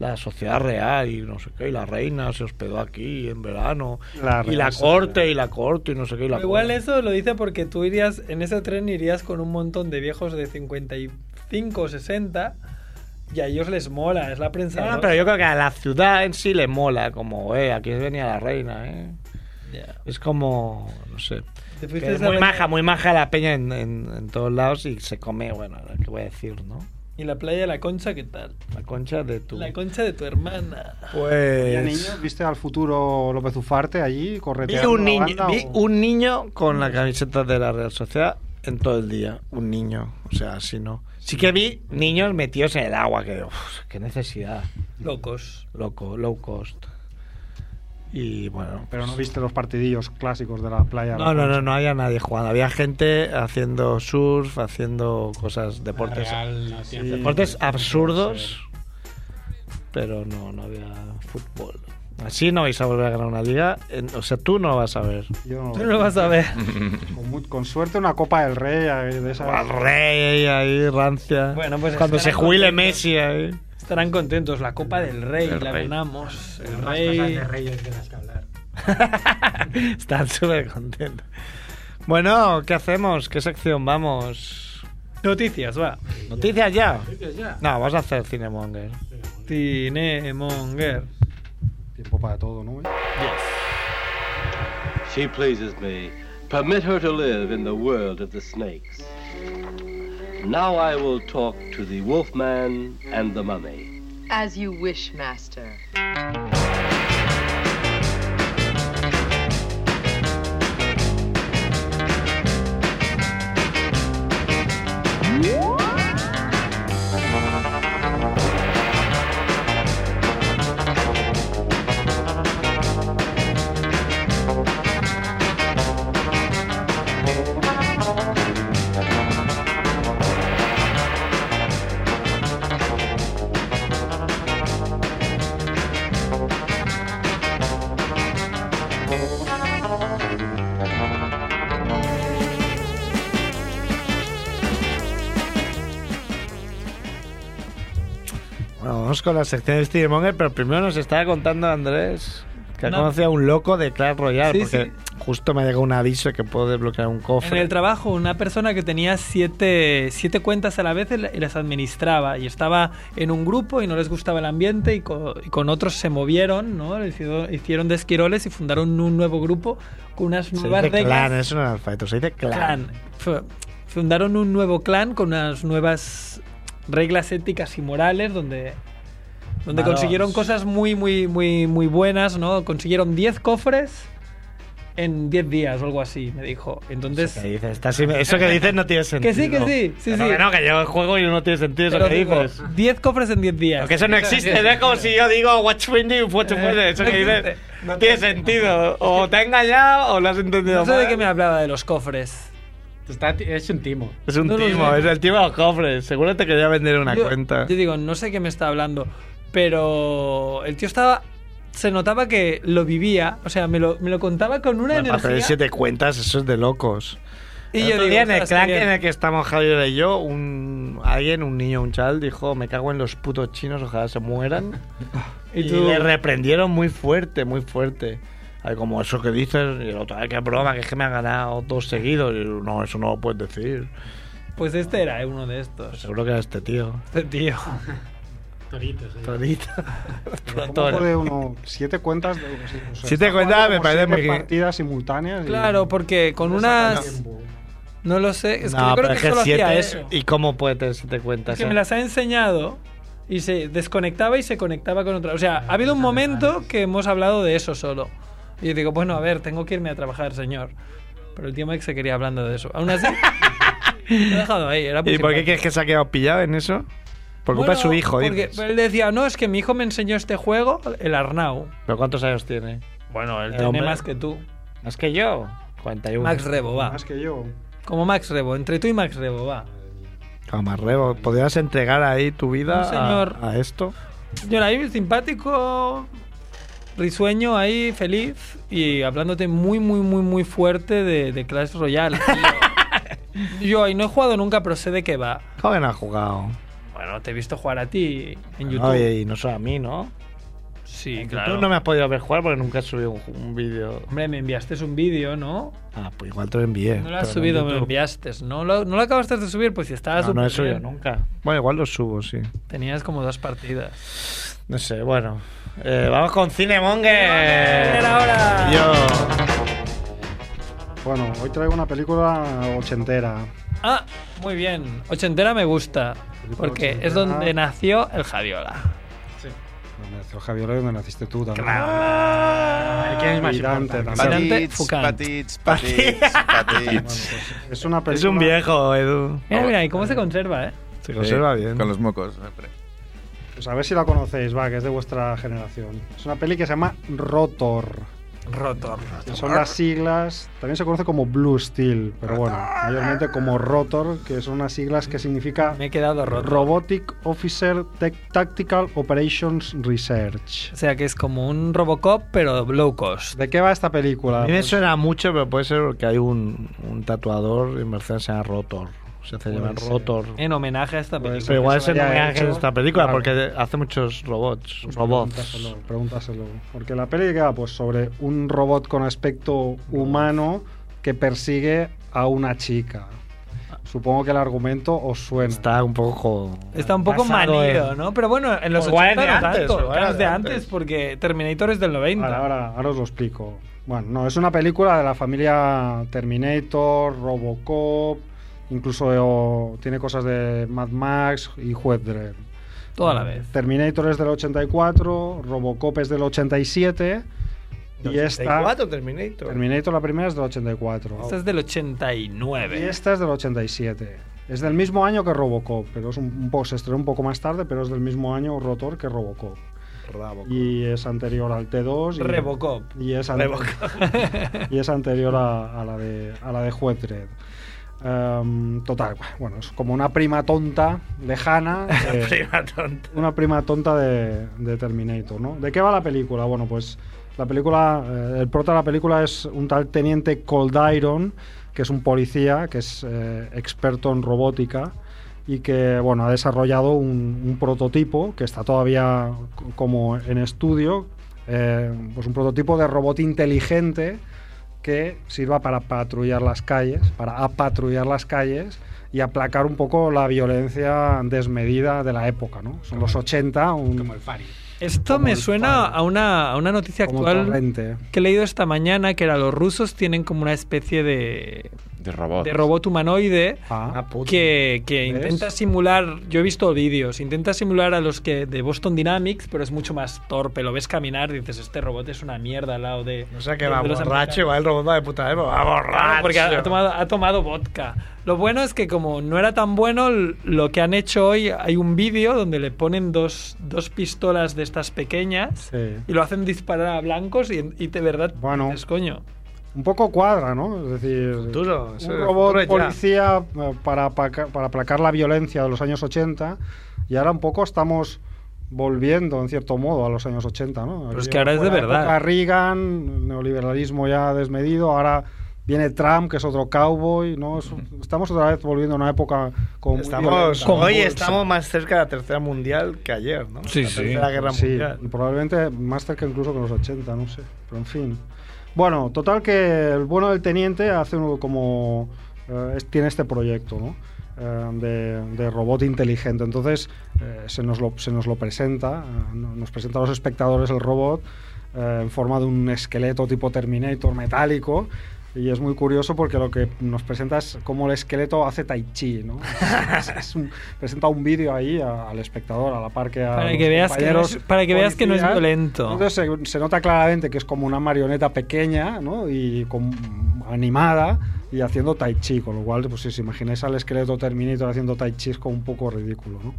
Speaker 1: la sociedad real y no sé qué, y la reina se hospedó aquí en verano,
Speaker 3: La
Speaker 1: y
Speaker 3: reina
Speaker 1: la corte, y la corte, y no sé qué, y la
Speaker 2: Igual
Speaker 1: corte.
Speaker 2: eso lo dice porque tú irías, en ese tren irías con un montón de viejos de 55 o 60 y a ellos les mola, es la prensa.
Speaker 1: No,
Speaker 2: rosa.
Speaker 1: Ah, pero yo creo que a la ciudad en sí le mola, como, eh, aquí venía la reina, eh.
Speaker 2: Ya.
Speaker 1: Es como, no sé.
Speaker 2: Te
Speaker 1: que
Speaker 2: fuiste
Speaker 1: es
Speaker 2: esa
Speaker 1: muy
Speaker 2: vez-
Speaker 1: maja, muy maja la peña en, en- en todos lados y se come, bueno, ¿qué voy a decir, no?
Speaker 2: ¿Y la playa de la concha qué tal?
Speaker 1: La concha de tu...
Speaker 2: La concha de tu hermana.
Speaker 3: ¿Y a
Speaker 1: Pues...
Speaker 3: niños? ¿Viste al futuro López Ufarte allí
Speaker 1: Vi
Speaker 3: correteando
Speaker 1: un,
Speaker 3: la
Speaker 1: niño,
Speaker 3: banda
Speaker 1: vi
Speaker 3: o-
Speaker 1: un niño con la camiseta de la Real Sociedad en todo el día. Un niño. O sea, así no. Sí que vi niños metidos en el agua. Que, uf, qué necesidad.
Speaker 2: Locos.
Speaker 1: Loco, low cost. Y bueno.
Speaker 3: Pero no viste los partidillos clásicos de la playa.
Speaker 1: No, no, no, no había nadie jugando. Había gente haciendo surf, haciendo cosas, deportes,
Speaker 4: Real, no tiene-
Speaker 1: deportes absurdos. Pero no, no había fútbol. Así no vais a volver a ganar una liga. En- O sea, tú no vas a ver.
Speaker 3: Yo no-
Speaker 2: Tú no lo vas a ver.
Speaker 3: con, mu- con suerte una Copa del Rey eh, de esa.
Speaker 1: Al rey ahí, rancia.
Speaker 2: Bueno, pues
Speaker 1: Cuando se
Speaker 2: estarán
Speaker 1: jubile
Speaker 2: contentos.
Speaker 1: Messi ahí.
Speaker 2: Estarán contentos. La Copa del Rey,
Speaker 6: El
Speaker 2: la
Speaker 6: Rey.
Speaker 2: ganamos. El
Speaker 4: Más cosas
Speaker 2: Rey.
Speaker 4: de reyes de las que hablar.
Speaker 1: Están súper contentos. Bueno, ¿qué hacemos? ¿Qué sección vamos?
Speaker 2: Noticias, va.
Speaker 1: ¿Noticias ya?
Speaker 4: Ya.
Speaker 1: No, vamos a hacer Cinemonger.
Speaker 2: Tinemonger.
Speaker 3: Tiempo para todo, ¿no?
Speaker 10: She pleases me. Permit her to live in the world of the snakes. Now I will talk to the wolfman and the mummy.
Speaker 8: As you wish, master.
Speaker 1: Bueno, vamos con la sección de Cinemonger, pero primero nos estaba contando Andrés que ha
Speaker 2: No.
Speaker 1: conocido a un loco de Clash Royale,
Speaker 2: Sí,
Speaker 1: porque justo me ha llegado un aviso que puedo desbloquear un
Speaker 2: En
Speaker 1: cofre.
Speaker 2: el trabajo, una persona que tenía siete, siete cuentas a la vez y las administraba y estaba en un grupo y no les gustaba el ambiente y co- y con, otros se movieron, ¿no? Le Hicieron, hicieron desquiroles y fundaron un nuevo grupo con unas
Speaker 1: se
Speaker 2: nuevas
Speaker 1: dice
Speaker 2: reglas.
Speaker 1: clan, es un alfabeto, se dice clan.
Speaker 2: Clan. Fu- Fundaron un nuevo clan con unas nuevas reglas éticas y morales donde, donde
Speaker 1: Valores.
Speaker 2: consiguieron cosas muy, muy, muy, muy buenas, ¿no? Consiguieron 10 cofres en 10 días o algo así, me dijo. Entonces...
Speaker 1: Eso que dices, está así- eso que dices no tiene sentido.
Speaker 2: Que sí, que sí, sí,
Speaker 1: Que no,
Speaker 2: sí.
Speaker 1: que no, que yo juego y no tiene sentido eso
Speaker 2: Pero
Speaker 1: que
Speaker 2: digo,
Speaker 1: dices.
Speaker 2: 10 cofres en 10 días.
Speaker 1: Porque eso no existe, no es como si yo digo Watch Windy, Watch Windy, eso
Speaker 2: Eh, no
Speaker 1: que dices
Speaker 2: existe.
Speaker 1: no tiene sentido. O te ha engañado o lo has entendido
Speaker 2: No sé de
Speaker 1: mal.
Speaker 2: qué me hablaba de los cofres.
Speaker 4: Está- es un timo.
Speaker 1: Es un
Speaker 2: No lo
Speaker 1: timo,
Speaker 2: sé.
Speaker 1: es el timo de los cofres. Seguro te quería vender una
Speaker 2: yo,
Speaker 1: cuenta.
Speaker 2: Yo digo, no sé qué me está hablando. Pero el tío estaba. Se notaba que lo vivía. O sea, me lo, me lo contaba con una
Speaker 1: Para hacer
Speaker 2: energía.
Speaker 1: siete cuentas, eso es de locos.
Speaker 2: y
Speaker 1: el
Speaker 2: yo
Speaker 1: otro
Speaker 2: digo,
Speaker 1: día en el
Speaker 2: "Ostras, qué
Speaker 1: clan
Speaker 2: bien".
Speaker 1: en el que estamos Javier y yo, un, alguien, un niño, un chaval, dijo, me cago en los putos chinos, ojalá se mueran. y,
Speaker 2: Y tú-
Speaker 1: le reprendieron muy fuerte, muy fuerte. Ay, como eso que dices, y el otro, ay, qué broma, que es que me han ganado dos seguidos. Y yo, no, eso no lo puedes decir.
Speaker 2: Pues este era eh, uno de estos.
Speaker 1: Seguro que era este tío.
Speaker 2: Este tío.
Speaker 4: Toritos. eh.
Speaker 1: Torito.
Speaker 3: Como
Speaker 1: Toro.
Speaker 3: de uno, siete cuentas. De, o sea,
Speaker 1: Siete
Speaker 3: está
Speaker 1: cuentas
Speaker 3: jugando
Speaker 1: me
Speaker 3: como
Speaker 1: parece
Speaker 3: siete
Speaker 1: muy-
Speaker 3: partidas simultáneas. y-
Speaker 2: Claro, porque con unas.
Speaker 4: Tiempo.
Speaker 2: No lo sé. Es que
Speaker 1: No,
Speaker 2: yo creo
Speaker 1: pero
Speaker 2: que
Speaker 1: es que
Speaker 2: solo hacía
Speaker 1: siete es...
Speaker 2: eso.
Speaker 1: ¿Y cómo puede tener siete cuentas?
Speaker 2: Es que
Speaker 1: eh?
Speaker 2: me las ha enseñado y se desconectaba y se conectaba con otra. O sea, ha habido un momento que hemos hablado de eso solo. Y yo digo, bueno, a ver, tengo que irme a trabajar, señor. Pero el tío Mike se quería hablando de eso. Aún así, lo he dejado ahí. Era
Speaker 1: ¿Y por qué
Speaker 2: principal.
Speaker 1: crees que se ha quedado pillado en eso? Por culpa de
Speaker 2: Bueno,
Speaker 1: su hijo,
Speaker 2: porque
Speaker 1: dices.
Speaker 2: Él decía, no, es que mi hijo me enseñó este juego, el Arnau.
Speaker 1: ¿Pero cuántos años tiene? Bueno, él
Speaker 2: Tiene más que tú.
Speaker 1: Más que yo. 41.
Speaker 2: Max Rebo, va.
Speaker 3: Más que yo.
Speaker 2: Como Max Rebo, entre tú y Max Rebo, va.
Speaker 1: Camarrebo, ¿podrías entregar ahí tu vida
Speaker 2: Un señor.
Speaker 1: a, a esto?
Speaker 2: Señor, ahí simpático, risueño, ahí feliz y hablándote muy, muy, muy, muy fuerte de, de Clash Royale. Y yo, yo ahí no he jugado nunca, pero sé de qué va.
Speaker 1: Joven ha jugado.
Speaker 2: Bueno, te he visto jugar a ti en YouTube.
Speaker 1: Oye, y no solo a mí, ¿no?
Speaker 2: sí,
Speaker 1: Tú
Speaker 2: claro.
Speaker 1: no me has podido ver jugar porque nunca has subido un, un vídeo.
Speaker 2: Hombre, me enviaste un vídeo, ¿no?
Speaker 1: Ah, pues igual te lo envié.
Speaker 2: No lo
Speaker 1: pero
Speaker 2: has subido,
Speaker 1: en
Speaker 2: me lo
Speaker 1: YouTube.
Speaker 2: enviaste. No lo, no lo acabaste de subir, pues si estabas...
Speaker 1: No, no he
Speaker 2: súper
Speaker 1: subido
Speaker 2: bien.
Speaker 1: nunca. Bueno, igual lo subo, sí.
Speaker 2: Tenías como dos partidas.
Speaker 1: No sé, bueno. Eh, vamos con Cinemonger.
Speaker 2: ahora!
Speaker 1: Yo.
Speaker 3: Bueno, hoy traigo una película ochentera.
Speaker 2: Ah, muy bien. Ochentera me gusta, porque es
Speaker 3: ochentera.
Speaker 2: donde nació el Javiola.
Speaker 3: Donde nació Javier y donde naciste tú también.
Speaker 1: Ah.
Speaker 2: Ah.
Speaker 4: ¿Quién es más
Speaker 3: Y Dante
Speaker 4: importante?
Speaker 3: también.
Speaker 2: Dante
Speaker 6: Patits,
Speaker 2: Foucault.
Speaker 6: patits, patits, patits.
Speaker 3: Es una película.
Speaker 1: Es un viejo, Edu.
Speaker 2: Mira, mira, y cómo se conserva, ¿eh?
Speaker 1: Se conserva
Speaker 6: Sí,
Speaker 1: bien.
Speaker 6: Con los mocos. siempre.
Speaker 3: Pues a ver si la conocéis, va, que es de vuestra generación. Es una peli que se llama Rotor.
Speaker 2: Rotor.
Speaker 3: Son las siglas, también se conoce como Blue Steel, pero bueno, mayormente como Rotor, que son unas siglas que significa
Speaker 2: Me he quedado rotor.
Speaker 3: Robotic Officer Tec- Tactical Operations Research.
Speaker 2: O sea que es como un Robocop, pero low cost.
Speaker 3: ¿De qué va esta película?
Speaker 1: A mí me
Speaker 3: Pues,
Speaker 1: suena mucho, pero puede ser que hay un, un tatuador en Mercedes se llama Rotor. Se hace llamar
Speaker 2: ser.
Speaker 1: Rotor.
Speaker 2: En homenaje a esta película.
Speaker 1: Pero igual
Speaker 2: que
Speaker 1: es
Speaker 2: se
Speaker 1: en
Speaker 2: vaya
Speaker 1: homenaje
Speaker 2: hecho.
Speaker 1: a esta película,
Speaker 3: Claro.
Speaker 1: porque hace muchos robots. Robots.
Speaker 3: Pregúntaselo, pregúntaselo. Porque la peli que va pues, sobre un robot con aspecto humano que persigue a una chica. Supongo que el argumento os suena.
Speaker 1: Está un poco.
Speaker 2: Está un poco
Speaker 1: basado en-
Speaker 2: manido, ¿no? Pero bueno, en los
Speaker 1: O igual es
Speaker 2: 80
Speaker 1: de
Speaker 2: no
Speaker 1: antes,
Speaker 2: tanto,
Speaker 1: o igual
Speaker 2: claro,
Speaker 1: es
Speaker 2: de
Speaker 1: de
Speaker 2: antes,
Speaker 1: antes.
Speaker 2: porque Terminator es del 90.
Speaker 3: Ahora, ahora, ahora os lo explico. Bueno, no, es una película de la familia Terminator, Robocop, incluso de- o- tiene cosas de Mad Max y Juez Dredd.
Speaker 2: Toda la vez.
Speaker 3: Terminator es del 84, Robocop es del 87 y esta...
Speaker 1: 84 Terminator.
Speaker 3: Terminator la primera es del 84.
Speaker 2: Esta es del
Speaker 3: Y
Speaker 2: 89.
Speaker 3: esta es del 87. Es del mismo año que Robocop, pero es un, un poco, se estrenó un poco más tarde, pero es del mismo año Rotor que Robocop. Y es anterior al T2. Y,
Speaker 2: Rebocop.
Speaker 3: y es, ante- y es anterior a, a la de, a la de Juez Dredd. Em, total, bueno, es como una prima tonta lejana. eh,
Speaker 1: Prima tonta.
Speaker 3: una prima tonta de, de Terminator, ¿no? ¿De qué va la película? Bueno, pues la película, eh, el prota de la película es un tal teniente Cold Iron, que es un policía, que es eh, experto en robótica y que, bueno, ha desarrollado un, un prototipo que está todavía c- como en estudio, eh, pues un prototipo de robot inteligente que sirva para patrullar las calles, para apatrullar las calles y aplacar un poco la violencia desmedida de la época, ¿no? Son los 80, un
Speaker 4: Como el Fari.
Speaker 2: Esto
Speaker 3: como
Speaker 2: me
Speaker 3: el
Speaker 2: suena
Speaker 3: pan.
Speaker 2: a una, a una noticia
Speaker 3: como
Speaker 2: actual
Speaker 3: torrente.
Speaker 2: que he leído esta mañana, que era los rusos tienen como una especie de,
Speaker 6: De robot.
Speaker 2: de robot humanoide
Speaker 3: Ah,
Speaker 2: que, que
Speaker 3: ¿Ves?
Speaker 2: intenta simular, yo he visto vídeos, intenta simular a los que de Boston Dynamics, pero es mucho más torpe, lo ves caminar y dices, este robot es una mierda al lado de...
Speaker 1: No sé qué
Speaker 2: de-
Speaker 1: va
Speaker 2: de los
Speaker 1: borracho, va el robot va de puta madre, pero va
Speaker 2: Claro,
Speaker 1: borracho.
Speaker 2: porque ha, ha tomado, ha tomado vodka. Lo bueno es que como no era tan bueno, l- lo que han hecho hoy, hay un vídeo donde le ponen dos, dos pistolas de estas pequeñas
Speaker 3: Sí.
Speaker 2: y lo hacen disparar a blancos y, y de verdad
Speaker 3: Bueno.
Speaker 2: dices, coño.
Speaker 3: Un poco cuadra, ¿no? Es decir,
Speaker 1: Futuro, eso
Speaker 3: un
Speaker 1: es
Speaker 3: robot
Speaker 1: futuro ya.
Speaker 3: policía eh, para, apaca- para aplacar la violencia de los años 80 y ahora un poco estamos volviendo, en cierto modo, a los años 80, ¿no?
Speaker 2: Pero es que ahora es de
Speaker 3: fue la
Speaker 2: verdad.
Speaker 3: época Reagan, neoliberalismo ya desmedido, ahora viene Trump, que es otro cowboy, ¿no? Es- estamos otra vez volviendo a una época con muy
Speaker 1: Estamos,
Speaker 3: violenta.
Speaker 2: Con
Speaker 1: hoy
Speaker 2: bolsa.
Speaker 1: estamos más cerca de la tercera mundial que ayer, ¿no?
Speaker 2: Sí,
Speaker 1: la
Speaker 2: sí.
Speaker 1: Tercera guerra
Speaker 3: Sí,
Speaker 1: mundial.
Speaker 3: y probablemente más cerca incluso que los 80, no sé. Pero en fin. Bueno, total que el bueno del teniente hace uno como. eh, es- tiene este proyecto, ¿no? Eh, de, de robot inteligente. Entonces eh, se, nos lo, se nos lo presenta, eh, no- nos presenta a los espectadores el robot eh, en forma de un esqueleto tipo Terminator metálico. Y es muy curioso porque lo que nos presenta es cómo el esqueleto hace tai chi, ¿no? Es- es un- presenta un vídeo ahí a- al espectador, a la par que a
Speaker 2: Para
Speaker 3: los
Speaker 2: que veas que no es-
Speaker 3: compañeros
Speaker 2: para que veas que no es
Speaker 3: policías.
Speaker 2: violento.
Speaker 3: Entonces se, se nota claramente que es como una marioneta pequeña, ¿no? Y con- animada y haciendo tai chi, con lo cual, pues si os imagináis al esqueleto Terminator haciendo tai chi es como un poco ridículo, ¿no?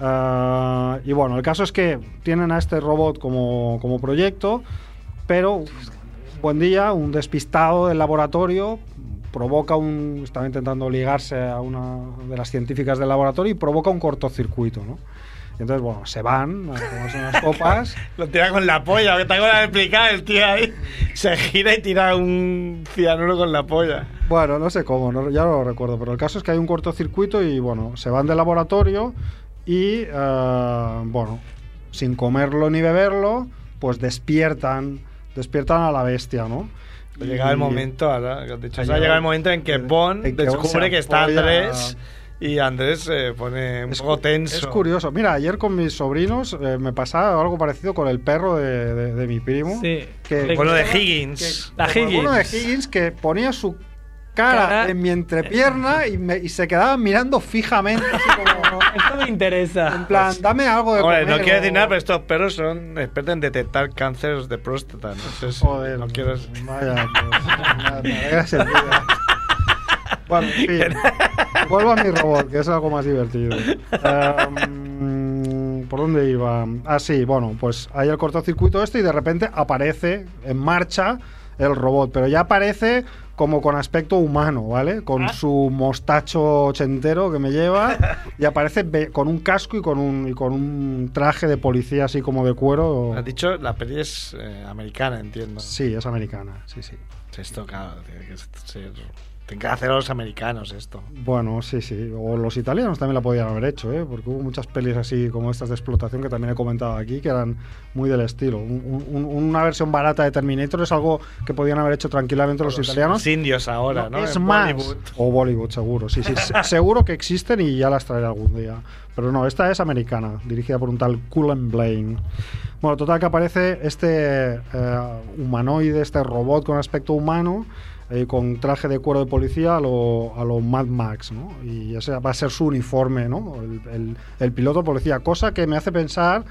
Speaker 3: Ah, y bueno, el caso es que tienen a este robot como, como proyecto, pero buen día, un despistado del laboratorio provoca un. Estaba intentando ligarse a una de las científicas del laboratorio y provoca un cortocircuito, ¿no? Y entonces, bueno, se van, a tomarse unas copas.
Speaker 1: Lo tira con la polla, que te acabo de explicar el tío ahí. Se gira y tira un cianuro con la polla.
Speaker 3: Bueno, no sé cómo, no- ya no lo recuerdo, pero el caso es que hay un cortocircuito y bueno, se van del laboratorio y eh, bueno, sin comerlo ni beberlo, pues despiertan, despiertan a la bestia, ¿no?
Speaker 1: Pues Llega
Speaker 3: Y-
Speaker 1: el momento, ahora que has dicho,
Speaker 3: Ha
Speaker 1: o sea,
Speaker 3: llegado-
Speaker 1: llega el momento en que
Speaker 3: en-
Speaker 1: Bond
Speaker 3: en que Bond
Speaker 1: descubre
Speaker 3: se
Speaker 1: que está
Speaker 3: apoya-
Speaker 1: Andrés y Andrés se pone un poco
Speaker 3: cu-
Speaker 1: tenso.
Speaker 3: es curioso. Mira, ayer con mis sobrinos eh, me pasaba algo parecido con el perro de, de- de mi primo.
Speaker 2: Sí.
Speaker 3: Que,
Speaker 1: Con lo de
Speaker 2: Que-
Speaker 1: Higgins.
Speaker 2: La
Speaker 3: como
Speaker 2: Higgins.
Speaker 3: alguno de Higgins que ponía su cara,
Speaker 2: Cara-
Speaker 3: en mi entrepierna y, me- y se quedaba mirando fijamente, así como,
Speaker 2: Esto me
Speaker 3: en
Speaker 2: interesa.
Speaker 3: plan, dame algo de
Speaker 1: Pues, Hombre,
Speaker 3: comer
Speaker 1: no quiero
Speaker 3: o-
Speaker 1: decir nada, pero estos perros son expertos en detectar cánceres de próstata. No sé si
Speaker 3: Joder,
Speaker 1: no quieres.
Speaker 3: Vaya, pues, me alegra sentir. Bueno, en fin. Vuelvo a mi robot, que es algo más divertido. Em, ¿Por dónde iba? Ah, sí, bueno, pues hay el cortocircuito este y de repente aparece en marcha el robot, pero ya aparece como con aspecto humano, ¿vale? Con
Speaker 1: Ah.
Speaker 3: su mostacho ochentero que me lleva y aparece be- con un casco y con un, y con un traje de policía así como de cuero.
Speaker 1: Has dicho, la peli es eh, americana, entiendo.
Speaker 3: Sí, es americana, sí, sí.
Speaker 1: Esto, claro, tiene que ser- tienen que hacer los americanos esto.
Speaker 3: Bueno, sí, sí. O los italianos también la podían haber hecho, ¿eh? porque hubo muchas pelis así como estas de explotación que también he comentado aquí, que eran muy del estilo. Un- un- una versión barata de Terminator es algo que podían haber hecho tranquilamente los italianos.
Speaker 1: Los indios ahora, ¿no?
Speaker 3: Es
Speaker 1: En
Speaker 3: más.
Speaker 1: Bollywood.
Speaker 3: O Bollywood, seguro. Sí, sí. se- seguro que existen y ya las traeré algún día. Pero no, esta es americana, dirigida por un tal Cullen Blaine. Bueno, total que aparece este eh, humanoide, este robot con aspecto humano, eh, con traje de cuero de policía a lo, a lo Mad Max, ¿no? Y ese va a ser su uniforme, ¿no? El, el- el piloto policía, cosa que me hace pensar,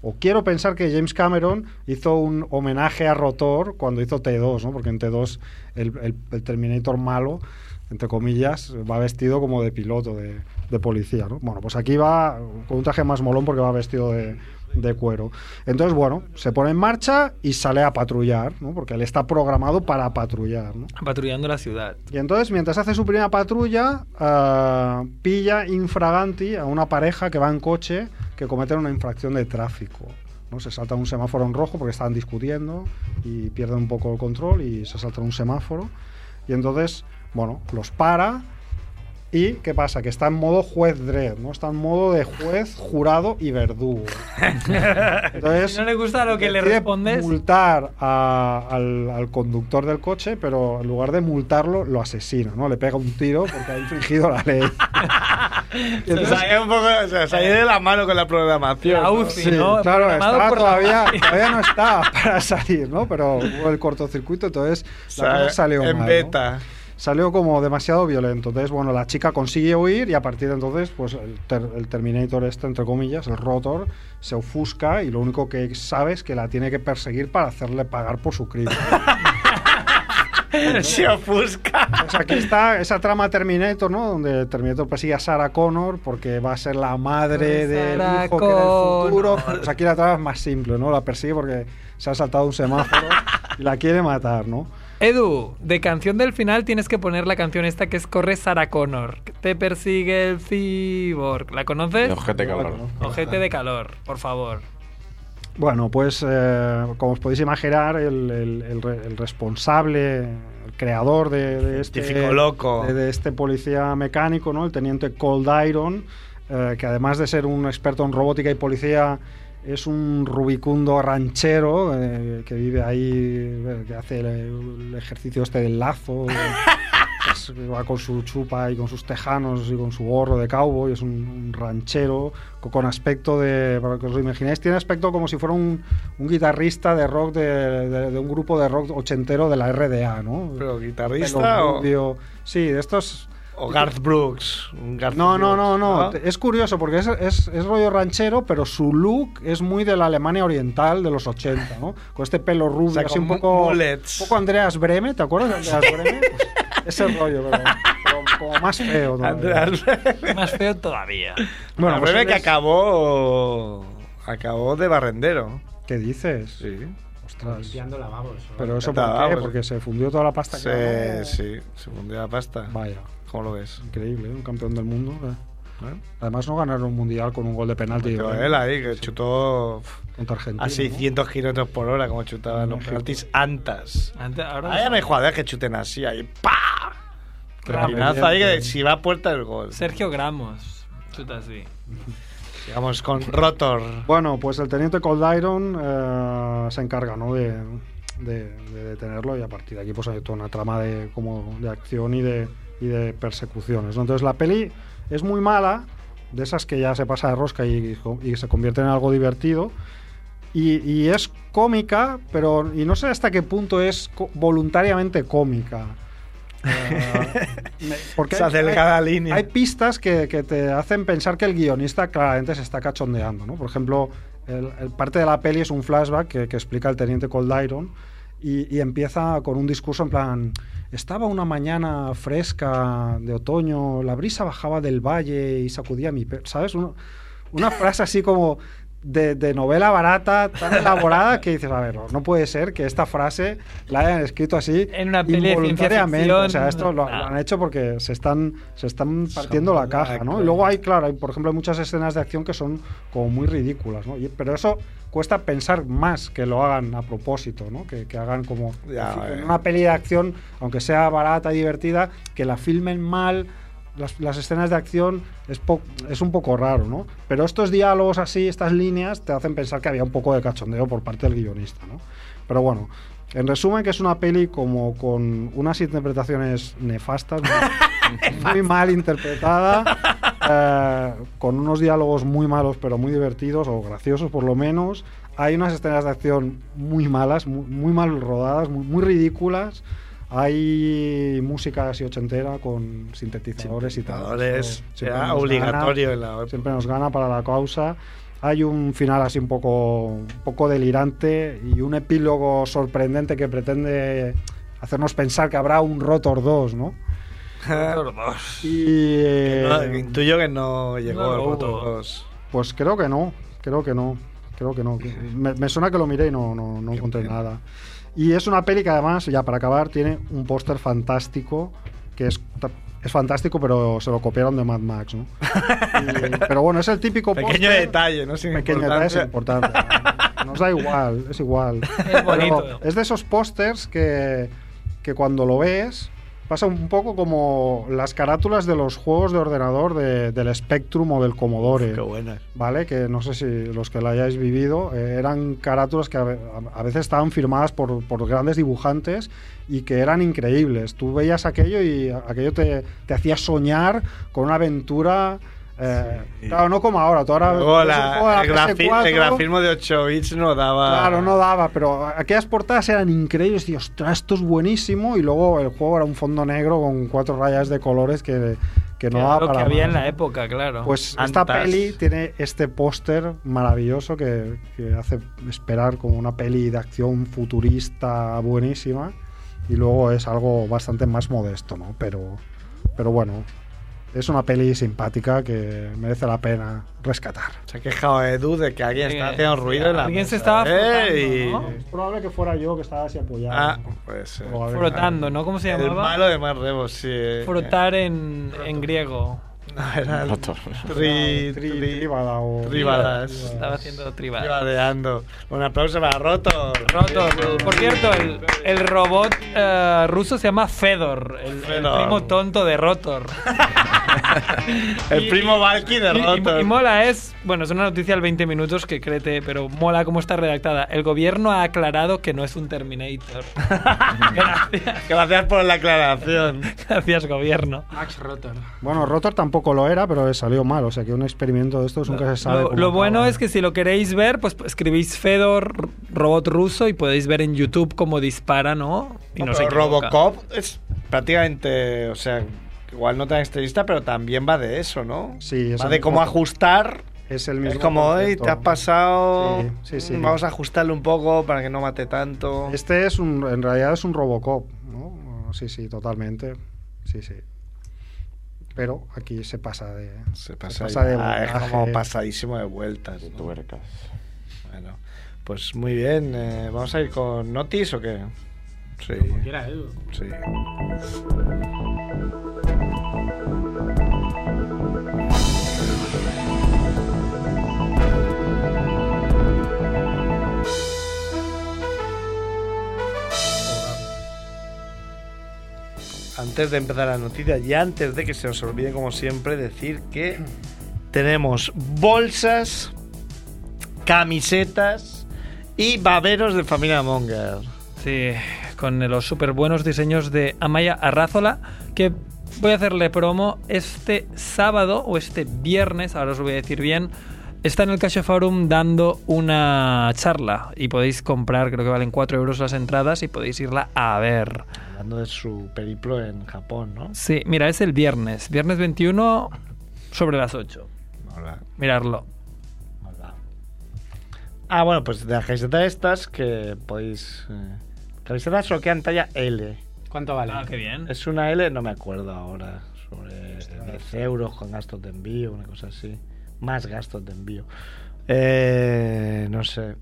Speaker 3: o quiero pensar que James Cameron hizo un homenaje a Rotor cuando hizo T2, ¿no? Porque en T2 el, el- el Terminator malo entre comillas, va vestido como de piloto, de, de policía, ¿no? Bueno, pues aquí va con un traje más molón porque va vestido de, de cuero. Entonces, bueno, se pone en marcha y sale a patrullar, ¿no? Porque él está programado para patrullar, ¿no?
Speaker 2: Patrullando la ciudad.
Speaker 3: Y entonces, mientras hace su primera patrulla, ah, pilla infraganti a una pareja que va en coche que cometen una infracción de tráfico. ¿no? Se salta un semáforo en rojo porque estaban discutiendo y pierden un poco el control y se salta un semáforo. Y entonces, bueno, los para. ¿Y qué pasa? Que está en modo juez dread, ¿no? Está en modo de juez, jurado y verdugo. Entonces,
Speaker 2: si no le gusta lo que le
Speaker 3: decide
Speaker 2: respondes,
Speaker 3: multar a- al, al conductor del coche, pero en lugar de multarlo, lo asesina, ¿no? Le pega un tiro porque ha infringido la ley.
Speaker 1: Se salió un poco, se salió de la mano con la programación.
Speaker 2: La
Speaker 1: ¿no?
Speaker 2: UCI,
Speaker 3: Sí,
Speaker 2: ¿no?
Speaker 3: claro,
Speaker 2: Programado
Speaker 3: estaba
Speaker 2: por la-
Speaker 3: todavía, todavía no está para salir, ¿no? Pero hubo el cortocircuito, entonces la
Speaker 1: Sa-
Speaker 3: cosa salió
Speaker 1: en
Speaker 3: mal, ¿no?
Speaker 1: beta.
Speaker 3: Salió como demasiado violento. Entonces, bueno, la chica consigue huir y a partir de entonces, pues el, ter- el Terminator este, entre comillas, el Rotor, se ofusca y lo único que sabe es que la tiene que perseguir para hacerle pagar por su crimen.
Speaker 1: Se ofusca.
Speaker 3: Pues aquí está esa trama Terminator, ¿no? Donde Terminator persigue a Sarah Connor porque va a ser la madre del
Speaker 2: Pues Sarah
Speaker 3: hijo que en el futuro.
Speaker 2: Connor.
Speaker 3: Pues aquí la trama es más simple, ¿no? La persigue porque se ha saltado un semáforo y la quiere matar, ¿no?
Speaker 2: Edu, de canción del final tienes que poner la canción esta que es Corre Sarah Connor. que Te persigue el cyborg. ¿La conoces?
Speaker 6: De ojete cabrón.
Speaker 2: Ojete de calor, por favor.
Speaker 3: Bueno, pues eh, como os podéis imaginar, el, el- el re- el responsable, el creador de, de este
Speaker 1: Científico loco.
Speaker 3: de- de este policía mecánico, ¿no? El teniente Cold Iron, eh, que además de ser un experto en robótica y policía, es un rubicundo ranchero eh, que vive ahí, eh, que hace el, el ejercicio este del lazo. es- pues, Va con su chupa y con sus tejanos y con su gorro de cowboy, es un, un ranchero co- con aspecto de. Para que os lo imaginéis, tiene aspecto como si fuera un, un guitarrista de rock de, de- de un grupo de rock ochentero de la RDA, ¿no?
Speaker 1: Pero guitarrista
Speaker 3: Pelo
Speaker 1: o,
Speaker 3: rubio. Sí, de estos.
Speaker 1: o Garth Brooks. un Garth
Speaker 3: No, no, no,
Speaker 1: Brooks,
Speaker 3: no. Es curioso porque es, es- es rollo ranchero, pero su look es muy de la Alemania oriental de los 80, ¿no? Con este pelo rubio,
Speaker 1: sea,
Speaker 3: así
Speaker 1: con
Speaker 3: un poco.
Speaker 1: mullets.
Speaker 3: Un poco Andreas Breme, ¿te acuerdas de Andreas Breme? Pues, ese rollo, pero, pero como más feo. todavía.
Speaker 1: Andreas Breme.
Speaker 2: Más feo todavía.
Speaker 3: Bueno,
Speaker 1: La
Speaker 3: pues
Speaker 1: Breme
Speaker 3: él
Speaker 1: que
Speaker 3: es-
Speaker 1: acabó. Acabó de barrendero.
Speaker 3: ¿Qué dices?
Speaker 1: Sí.
Speaker 3: Ostras.
Speaker 4: Limpiando lavabos. ¿no?
Speaker 3: Pero eso
Speaker 1: Estaba,
Speaker 3: por qué?
Speaker 1: pues-
Speaker 3: Porque se fundió toda la pasta. que
Speaker 1: Se,
Speaker 3: había.
Speaker 1: sí, se fundió la pasta.
Speaker 3: Vaya,
Speaker 1: ¿Cómo lo ves?
Speaker 3: increíble, ¿eh? un campeón del mundo. ¿eh?
Speaker 1: ¿Eh?
Speaker 3: Además no ganaron un mundial con un gol de penalti.
Speaker 1: Pero
Speaker 3: ¿eh?
Speaker 1: él ahí que chutó uf,
Speaker 3: Contra Argentina.
Speaker 1: a
Speaker 3: ¿no?
Speaker 1: 600 kilómetros por hora, como chutaban los
Speaker 3: México.
Speaker 1: penaltis antas.
Speaker 2: Antes- ahora-
Speaker 1: Ahora ya no hay jugadores que chuten así, ahí ¡pa!
Speaker 3: Claro.
Speaker 1: Pepinazo ahí que si va a puerta el gol.
Speaker 2: Sergio Gramos. Chuta así.
Speaker 1: Digamos con Rotor.
Speaker 3: Bueno, pues el teniente Cold Iron eh, se encarga ¿no? de, de- de detenerlo y a partir de aquí pues hay toda una trama de, como de acción y de, y de persecuciones. ¿no? Entonces la peli es muy mala, de esas que ya se pasa de rosca y, y se convierte en algo divertido. Y, y es cómica, pero y no sé hasta qué punto es co- voluntariamente cómica. Eh, me- porque
Speaker 1: Esa
Speaker 3: hay-
Speaker 1: delgada
Speaker 3: hay-
Speaker 1: línea.
Speaker 3: Hay pistas que, que te hacen pensar que el guionista claramente se está cachondeando, ¿no? Por ejemplo, el- el parte de la peli es un flashback que, que explica el teniente Cold Iron y, y empieza con un discurso en plan, estaba una mañana fresca de otoño, la brisa bajaba del valle y sacudía mi... pe-", ¿Sabes? Uno- una frase así como de, de novela barata tan elaborada que dices, a ver, no, no puede ser que esta frase la hayan escrito así
Speaker 2: En una peli de ciencia
Speaker 3: involuntariamente.
Speaker 2: ficción, Ah.
Speaker 3: O sea, esto lo,
Speaker 2: no.
Speaker 3: lo han hecho porque se están, se están partiendo la caja, ¿no?
Speaker 2: claro.
Speaker 3: Y luego hay, claro, hay, por ejemplo, hay muchas escenas de acción que son como muy ridículas, ¿no? Y- pero eso cuesta pensar más que lo hagan a propósito, ¿no? Que, que hagan como
Speaker 1: Ya,
Speaker 3: en
Speaker 1: eh.
Speaker 3: una peli de acción, aunque sea barata y divertida, que la filmen mal. Las, las escenas de acción es, po- es un poco raro, ¿no? Pero estos diálogos así, estas líneas, te hacen pensar que había un poco de cachondeo por parte del guionista, ¿no? Pero bueno, en resumen, que es una peli como con unas interpretaciones nefastas, muy, muy mal interpretada, eh, con unos diálogos muy malos, pero muy divertidos o graciosos por lo menos. Hay unas escenas de acción muy malas, muy, muy mal rodadas, muy, muy ridículas. Hay música así ochentera con sintetizadores y tal.
Speaker 1: Sintetizadores,
Speaker 3: Eso
Speaker 1: era
Speaker 3: nos
Speaker 1: obligatorio
Speaker 3: gana,
Speaker 1: en la época.
Speaker 3: Siempre nos gana para la causa. Hay un final así un poco, un poco delirante y un epílogo sorprendente que pretende hacernos pensar que habrá un Rotor 2, ¿no? Y, eh,
Speaker 1: No, intuyo que no llegó
Speaker 3: no
Speaker 1: el
Speaker 3: hubo.
Speaker 1: Rotor 2.
Speaker 3: Pues creo que no, creo que no, creo que no. Me, me suena que lo miré y no, no, no encontré nada. Y es una peli que además, ya para acabar, tiene un póster fantástico, que es, ta- es fantástico, pero se lo copiaron de Mad Max, ¿no? Y- pero bueno, es el típico
Speaker 1: Pequeño
Speaker 3: póster-
Speaker 1: detalle, ¿no? Sin
Speaker 3: Pequeño detalle es
Speaker 1: importancia.
Speaker 3: importante. Nos da igual, es igual.
Speaker 1: Es bonito.
Speaker 3: Pero es de esos pósters que, que cuando lo ves pasa un poco como las carátulas de los juegos de ordenador de- del Spectrum o del Commodore. ¿Vale? Que no sé si los que la hayáis vivido, eh, eran carátulas que a, ve- a- a veces estaban firmadas por, por grandes dibujantes y que eran increíbles. Tú veías aquello y a- aquello te, te hacía soñar con una aventura. eh, Claro, no como ahora. Tú ahora
Speaker 1: Luego
Speaker 3: ves el
Speaker 1: la-
Speaker 3: juego de la
Speaker 1: el, grafi-
Speaker 3: PS4,
Speaker 1: el grafismo de 8 bits no daba.
Speaker 3: Claro, no daba, pero aquellas portadas eran increíbles. Y ostras, esto es buenísimo. Y luego el juego era un fondo negro con cuatro rayas de colores que, que no daba
Speaker 2: lo que
Speaker 3: para
Speaker 2: había en
Speaker 3: más,
Speaker 2: la
Speaker 3: ¿no?
Speaker 2: época, claro.
Speaker 3: Pues esta peli tiene este póster maravilloso que, que hace esperar como una peli de acción futurista buenísima. Y luego es algo bastante más modesto, ¿no? Pero, pero bueno, es una peli simpática que merece la pena rescatar.
Speaker 1: Se ha quejado Edu de que alguien está haciendo ruido en la.
Speaker 3: Alguien se
Speaker 1: mesa,
Speaker 3: estaba
Speaker 1: ¿eh?
Speaker 3: frotando, Es probable que fuera yo que estaba así apoyado.
Speaker 1: Ah, pues. eh,
Speaker 2: Frotando, ¿no? ¿Cómo se
Speaker 1: El
Speaker 2: llamaba?
Speaker 1: malo de más rebos, sí. eh.
Speaker 2: Frotar en, en griego.
Speaker 1: Era el Tri, tri,
Speaker 3: tríbada o.
Speaker 1: Tribadas.
Speaker 2: Estaba haciendo tribadas.
Speaker 1: Tribadeando. Un aplauso para Rotor.
Speaker 2: Rotor. Por cierto, el, el robot eh, ruso se llama Fedor, el, el
Speaker 1: Fedor.
Speaker 2: primo tonto de Rotor.
Speaker 1: El
Speaker 2: Y-
Speaker 1: primo Valky de
Speaker 2: Y- y-
Speaker 1: Rotor.
Speaker 2: Y, mola es, bueno, es una noticia al 20 minutos que créete, pero mola cómo está redactada. El gobierno ha aclarado que no es un Terminator. Gracias.
Speaker 1: Gracias por la aclaración.
Speaker 2: Gracias, gobierno.
Speaker 4: Max Rotor.
Speaker 3: Bueno, Rotor tampoco lo era, pero salió mal. O sea que un experimento de estos nunca se sabe.
Speaker 2: Lo,
Speaker 3: cómo
Speaker 2: lo
Speaker 3: acaba.
Speaker 2: bueno es que si lo queréis ver, pues escribís Fedor, r- robot ruso, y podéis ver en YouTube cómo dispara, ¿no? Y no, se
Speaker 1: Pero
Speaker 2: equivoca.
Speaker 1: Robocop es prácticamente, o sea, igual no tan estrellista, pero también va de eso, ¿no?
Speaker 3: Sí, es
Speaker 1: va
Speaker 3: el
Speaker 1: de cómo
Speaker 3: mismo-
Speaker 1: ajustar.
Speaker 3: Es el
Speaker 1: Es
Speaker 3: mismo.
Speaker 1: como, hoy
Speaker 3: concepto,
Speaker 1: te has
Speaker 3: ¿no?
Speaker 1: pasado.
Speaker 3: Sí, sí, sí.
Speaker 1: mm, Vamos a ajustarlo un poco para que no mate tanto.
Speaker 3: Este es un, en realidad es un Robocop, ¿no? Sí, sí, totalmente. Sí, sí. Pero aquí se pasa de. Se
Speaker 1: pasa
Speaker 3: pasa de
Speaker 1: ah, es
Speaker 3: voltaje.
Speaker 1: como pasadísimo de vueltas. ¿no? Bueno, pues muy bien. eh, ¿Vamos a ir con Notis o qué? Sí.
Speaker 4: Quiera Edu.
Speaker 1: Sí. Antes de empezar la noticia y antes de que se nos olvide, como siempre, decir que tenemos bolsas, camisetas y baberos de familia Monger.
Speaker 2: Sí, con los súper buenos diseños de Amaya Arrázola, que voy a hacerle promo este sábado o este viernes, ahora os lo voy a decir bien. Está en el Cash Forum dando una charla y podéis comprar, creo que valen 4 euros las entradas y podéis irla a ver.
Speaker 1: Hablando de su periplo en Japón, ¿no?
Speaker 2: Sí, mira, es el viernes, viernes 21 sobre las 8.
Speaker 1: Hola.
Speaker 2: Mirarlo.
Speaker 1: Ah, bueno, pues de las camisetas estas que podéis... eh, camisetas solo quedan talla L.
Speaker 4: ¿Cuánto vale?
Speaker 2: Ah, qué bien.
Speaker 1: Es una L, no me acuerdo ahora, sobre 10 euros con gastos de envío, una cosa así. Más gastos de envío. Eh, no sé.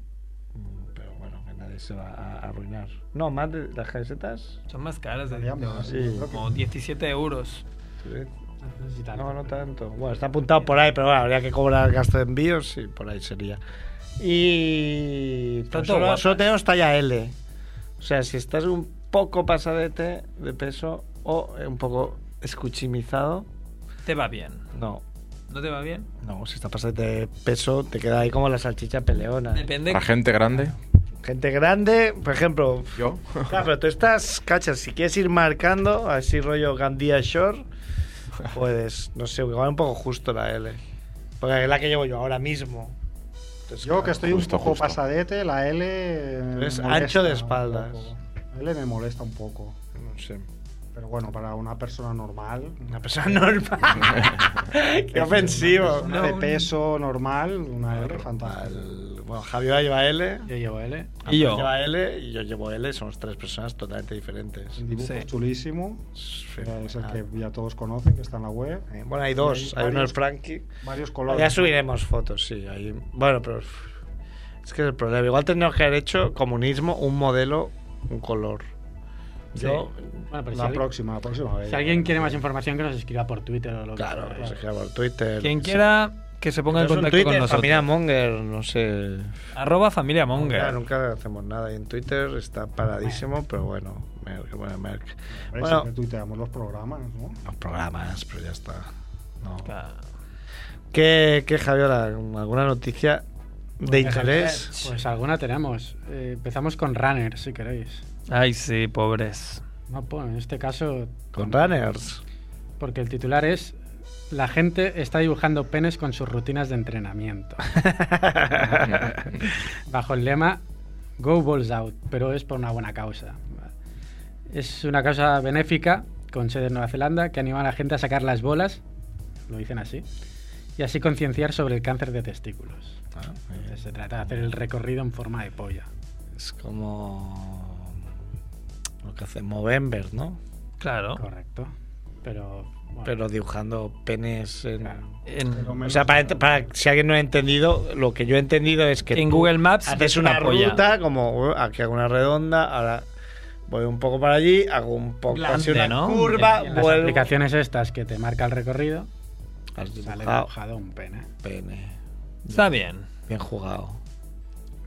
Speaker 9: Pero bueno, que nadie se va a a arruinar.
Speaker 1: No, más de las camisetas.
Speaker 2: Son más caras, de,
Speaker 1: Digamos, sí.
Speaker 2: como 17 euros.
Speaker 1: No, no tanto. Bueno, está apuntado por ahí, pero bueno, habría que cobrar gasto de envíos y por ahí sería. Y.
Speaker 2: Tanto
Speaker 1: Pero solo,
Speaker 2: guapas.
Speaker 1: solo tenemos talla L. O sea, si estás un poco pasadete de peso o eh, un poco escuchimizado,
Speaker 2: Te va bien.
Speaker 1: no.
Speaker 2: ¿No te va bien?
Speaker 1: No, si estás pasadete de peso, te queda ahí como la salchicha peleona.
Speaker 2: Depende.
Speaker 6: Para gente grande,
Speaker 1: Gente grande, por ejemplo.
Speaker 6: yo.
Speaker 1: Claro, Ah, pero tú estás, cachas, si quieres ir marcando, así rollo Gandía Shore, puedes, no sé, igual un poco justo la L. Porque es la que llevo yo ahora mismo. Entonces,
Speaker 3: Yo que estoy
Speaker 6: Justo,
Speaker 3: un poco
Speaker 6: justo.
Speaker 3: pasadete, la L. me
Speaker 1: Es
Speaker 3: molesta
Speaker 1: ancho de
Speaker 3: un
Speaker 1: espaldas.
Speaker 3: poco. La L me molesta un poco.
Speaker 1: No sé.
Speaker 3: Pero bueno, para una persona normal,
Speaker 1: Una persona normal. Qué ofensivo.
Speaker 3: una de peso normal, una L fantástica.
Speaker 1: Al- Bueno, Javier lleva L.
Speaker 4: Yo llevo L.
Speaker 2: Y yo.
Speaker 1: Lleva L y yo llevo L. Somos tres personas totalmente diferentes.
Speaker 3: Un dibujo
Speaker 2: Sí.
Speaker 3: chulísimo. Es el que ya todos conocen, que está en la web.
Speaker 1: Bueno, hay
Speaker 3: Y
Speaker 1: dos.
Speaker 3: hay
Speaker 1: Hay uno
Speaker 3: varios-
Speaker 1: es Frankie.
Speaker 3: Varios colores.
Speaker 1: Ya subiremos fotos, sí. ahí- Bueno, pero uf, es que es el problema. Igual tendríamos que haber hecho comunismo, un modelo, un color. Yo,
Speaker 4: Bueno, pero si,
Speaker 3: La
Speaker 4: alguien,
Speaker 3: próxima, la próxima vez.
Speaker 4: si alguien quiere más información, que nos escriba por Twitter o lo
Speaker 1: claro,
Speaker 4: que sea.
Speaker 1: no sé qué, por Twitter.
Speaker 2: Quien
Speaker 1: sí.
Speaker 2: quiera que se ponga en
Speaker 1: Tenemos un
Speaker 2: contacto
Speaker 1: Twitter,
Speaker 2: con nosotros.
Speaker 1: Familia Monger, no sé.
Speaker 2: Arroba familia Monger.
Speaker 1: Nunca, nunca hacemos nada. Y en Twitter está paradísimo, pero bueno, Merck, bueno, Merck.
Speaker 3: Hombre,
Speaker 1: Bueno,
Speaker 3: siempre tuiteamos los programas, ¿no?
Speaker 1: los programas, pero ya está. No.
Speaker 2: Claro.
Speaker 1: ¿Qué, qué, Javiola? ¿Alguna noticia de interés?
Speaker 4: Pues alguna tenemos. Eh, empezamos con Runner, si queréis.
Speaker 2: Ay, sí, pobres.
Speaker 4: No, pues en este caso,
Speaker 1: Con runners.
Speaker 4: porque el titular es La gente está dibujando penes con sus rutinas de entrenamiento. bajo el lema Go Balls Out, pero es por una buena causa. Es una causa benéfica con sede en Nueva Zelanda que anima a la gente a sacar las bolas, lo dicen así, y así concienciar sobre el cáncer de testículos. Entonces, se trata de hacer el recorrido en forma de polla.
Speaker 1: Es como lo que hace Movember, ¿no?
Speaker 2: Claro.
Speaker 4: Correcto. Pero. bueno,
Speaker 1: Pero dibujando penes en...
Speaker 4: claro.
Speaker 2: En,
Speaker 1: O sea, para, para- si alguien no ha entendido, lo que yo he entendido es que
Speaker 2: en
Speaker 1: tú
Speaker 2: Google Maps
Speaker 1: haces
Speaker 2: es
Speaker 1: una,
Speaker 2: polla.
Speaker 1: ruta como uh, aquí hago una redonda, ahora voy un poco para allí, hago un poco
Speaker 2: Glande,
Speaker 1: así una
Speaker 2: ¿no?
Speaker 1: curva,
Speaker 4: Y en las
Speaker 1: vuelvo.
Speaker 4: aplicaciones estas que te marca el recorrido,
Speaker 1: Has
Speaker 4: sale
Speaker 1: dibujado
Speaker 4: dibujado un pene.
Speaker 1: pene.
Speaker 2: Está bien.
Speaker 1: Bien jugado.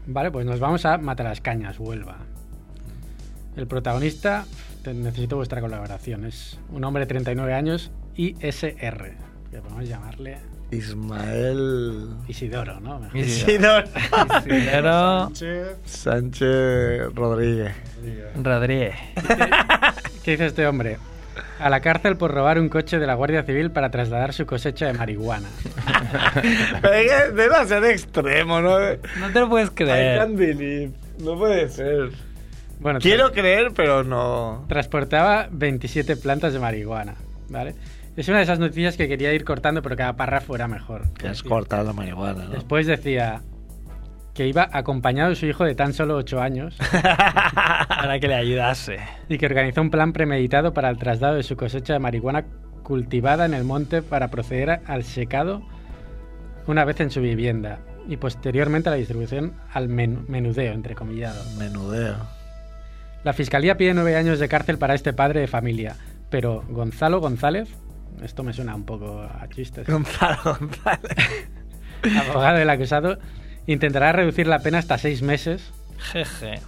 Speaker 4: Vale, pues nos vamos a Matalascañas, Huelva. El protagonista, te- necesito vuestra colaboración, es un hombre de 39 años, ISR, que podemos llamarle
Speaker 1: Ismael
Speaker 4: Isidoro, ¿no? Mejor.
Speaker 1: Isidor
Speaker 2: Pero
Speaker 3: Sánchez,
Speaker 1: Sánchez Rodríguez.
Speaker 3: diga.
Speaker 2: Rodríguez.
Speaker 4: ¿Qué dice este hombre? A la cárcel por robar un coche de la Guardia Civil para trasladar su cosecha de marihuana.
Speaker 1: Pero es que debe ser extremo, ¿no? I
Speaker 2: No te lo puedes
Speaker 1: can't
Speaker 2: creer.
Speaker 1: believe. No puede ser.
Speaker 4: Bueno, tra-
Speaker 1: Quiero creer, pero no.
Speaker 4: transportaba 27 plantas de marihuana, ¿vale? Es una de esas noticias que quería ir cortando, pero cada párrafo era mejor.
Speaker 1: Te has cortado la marihuana, ¿no?
Speaker 4: Después decía que iba acompañado de su hijo de tan solo 8 años
Speaker 2: Para que le ayudase.
Speaker 4: y que organizó un plan premeditado para el traslado de su cosecha de marihuana cultivada en el monte para proceder a- al secado una vez en su vivienda y posteriormente a la distribución al men- menudeo, entre comillado.
Speaker 1: Menudeo.
Speaker 4: La fiscalía pide nueve años de cárcel para este padre de familia, pero Gonzalo González, esto me suena un poco a chistes,
Speaker 1: Gonzalo González.
Speaker 4: abogado del acusado, intentará reducir la pena hasta seis meses
Speaker 2: Jeje.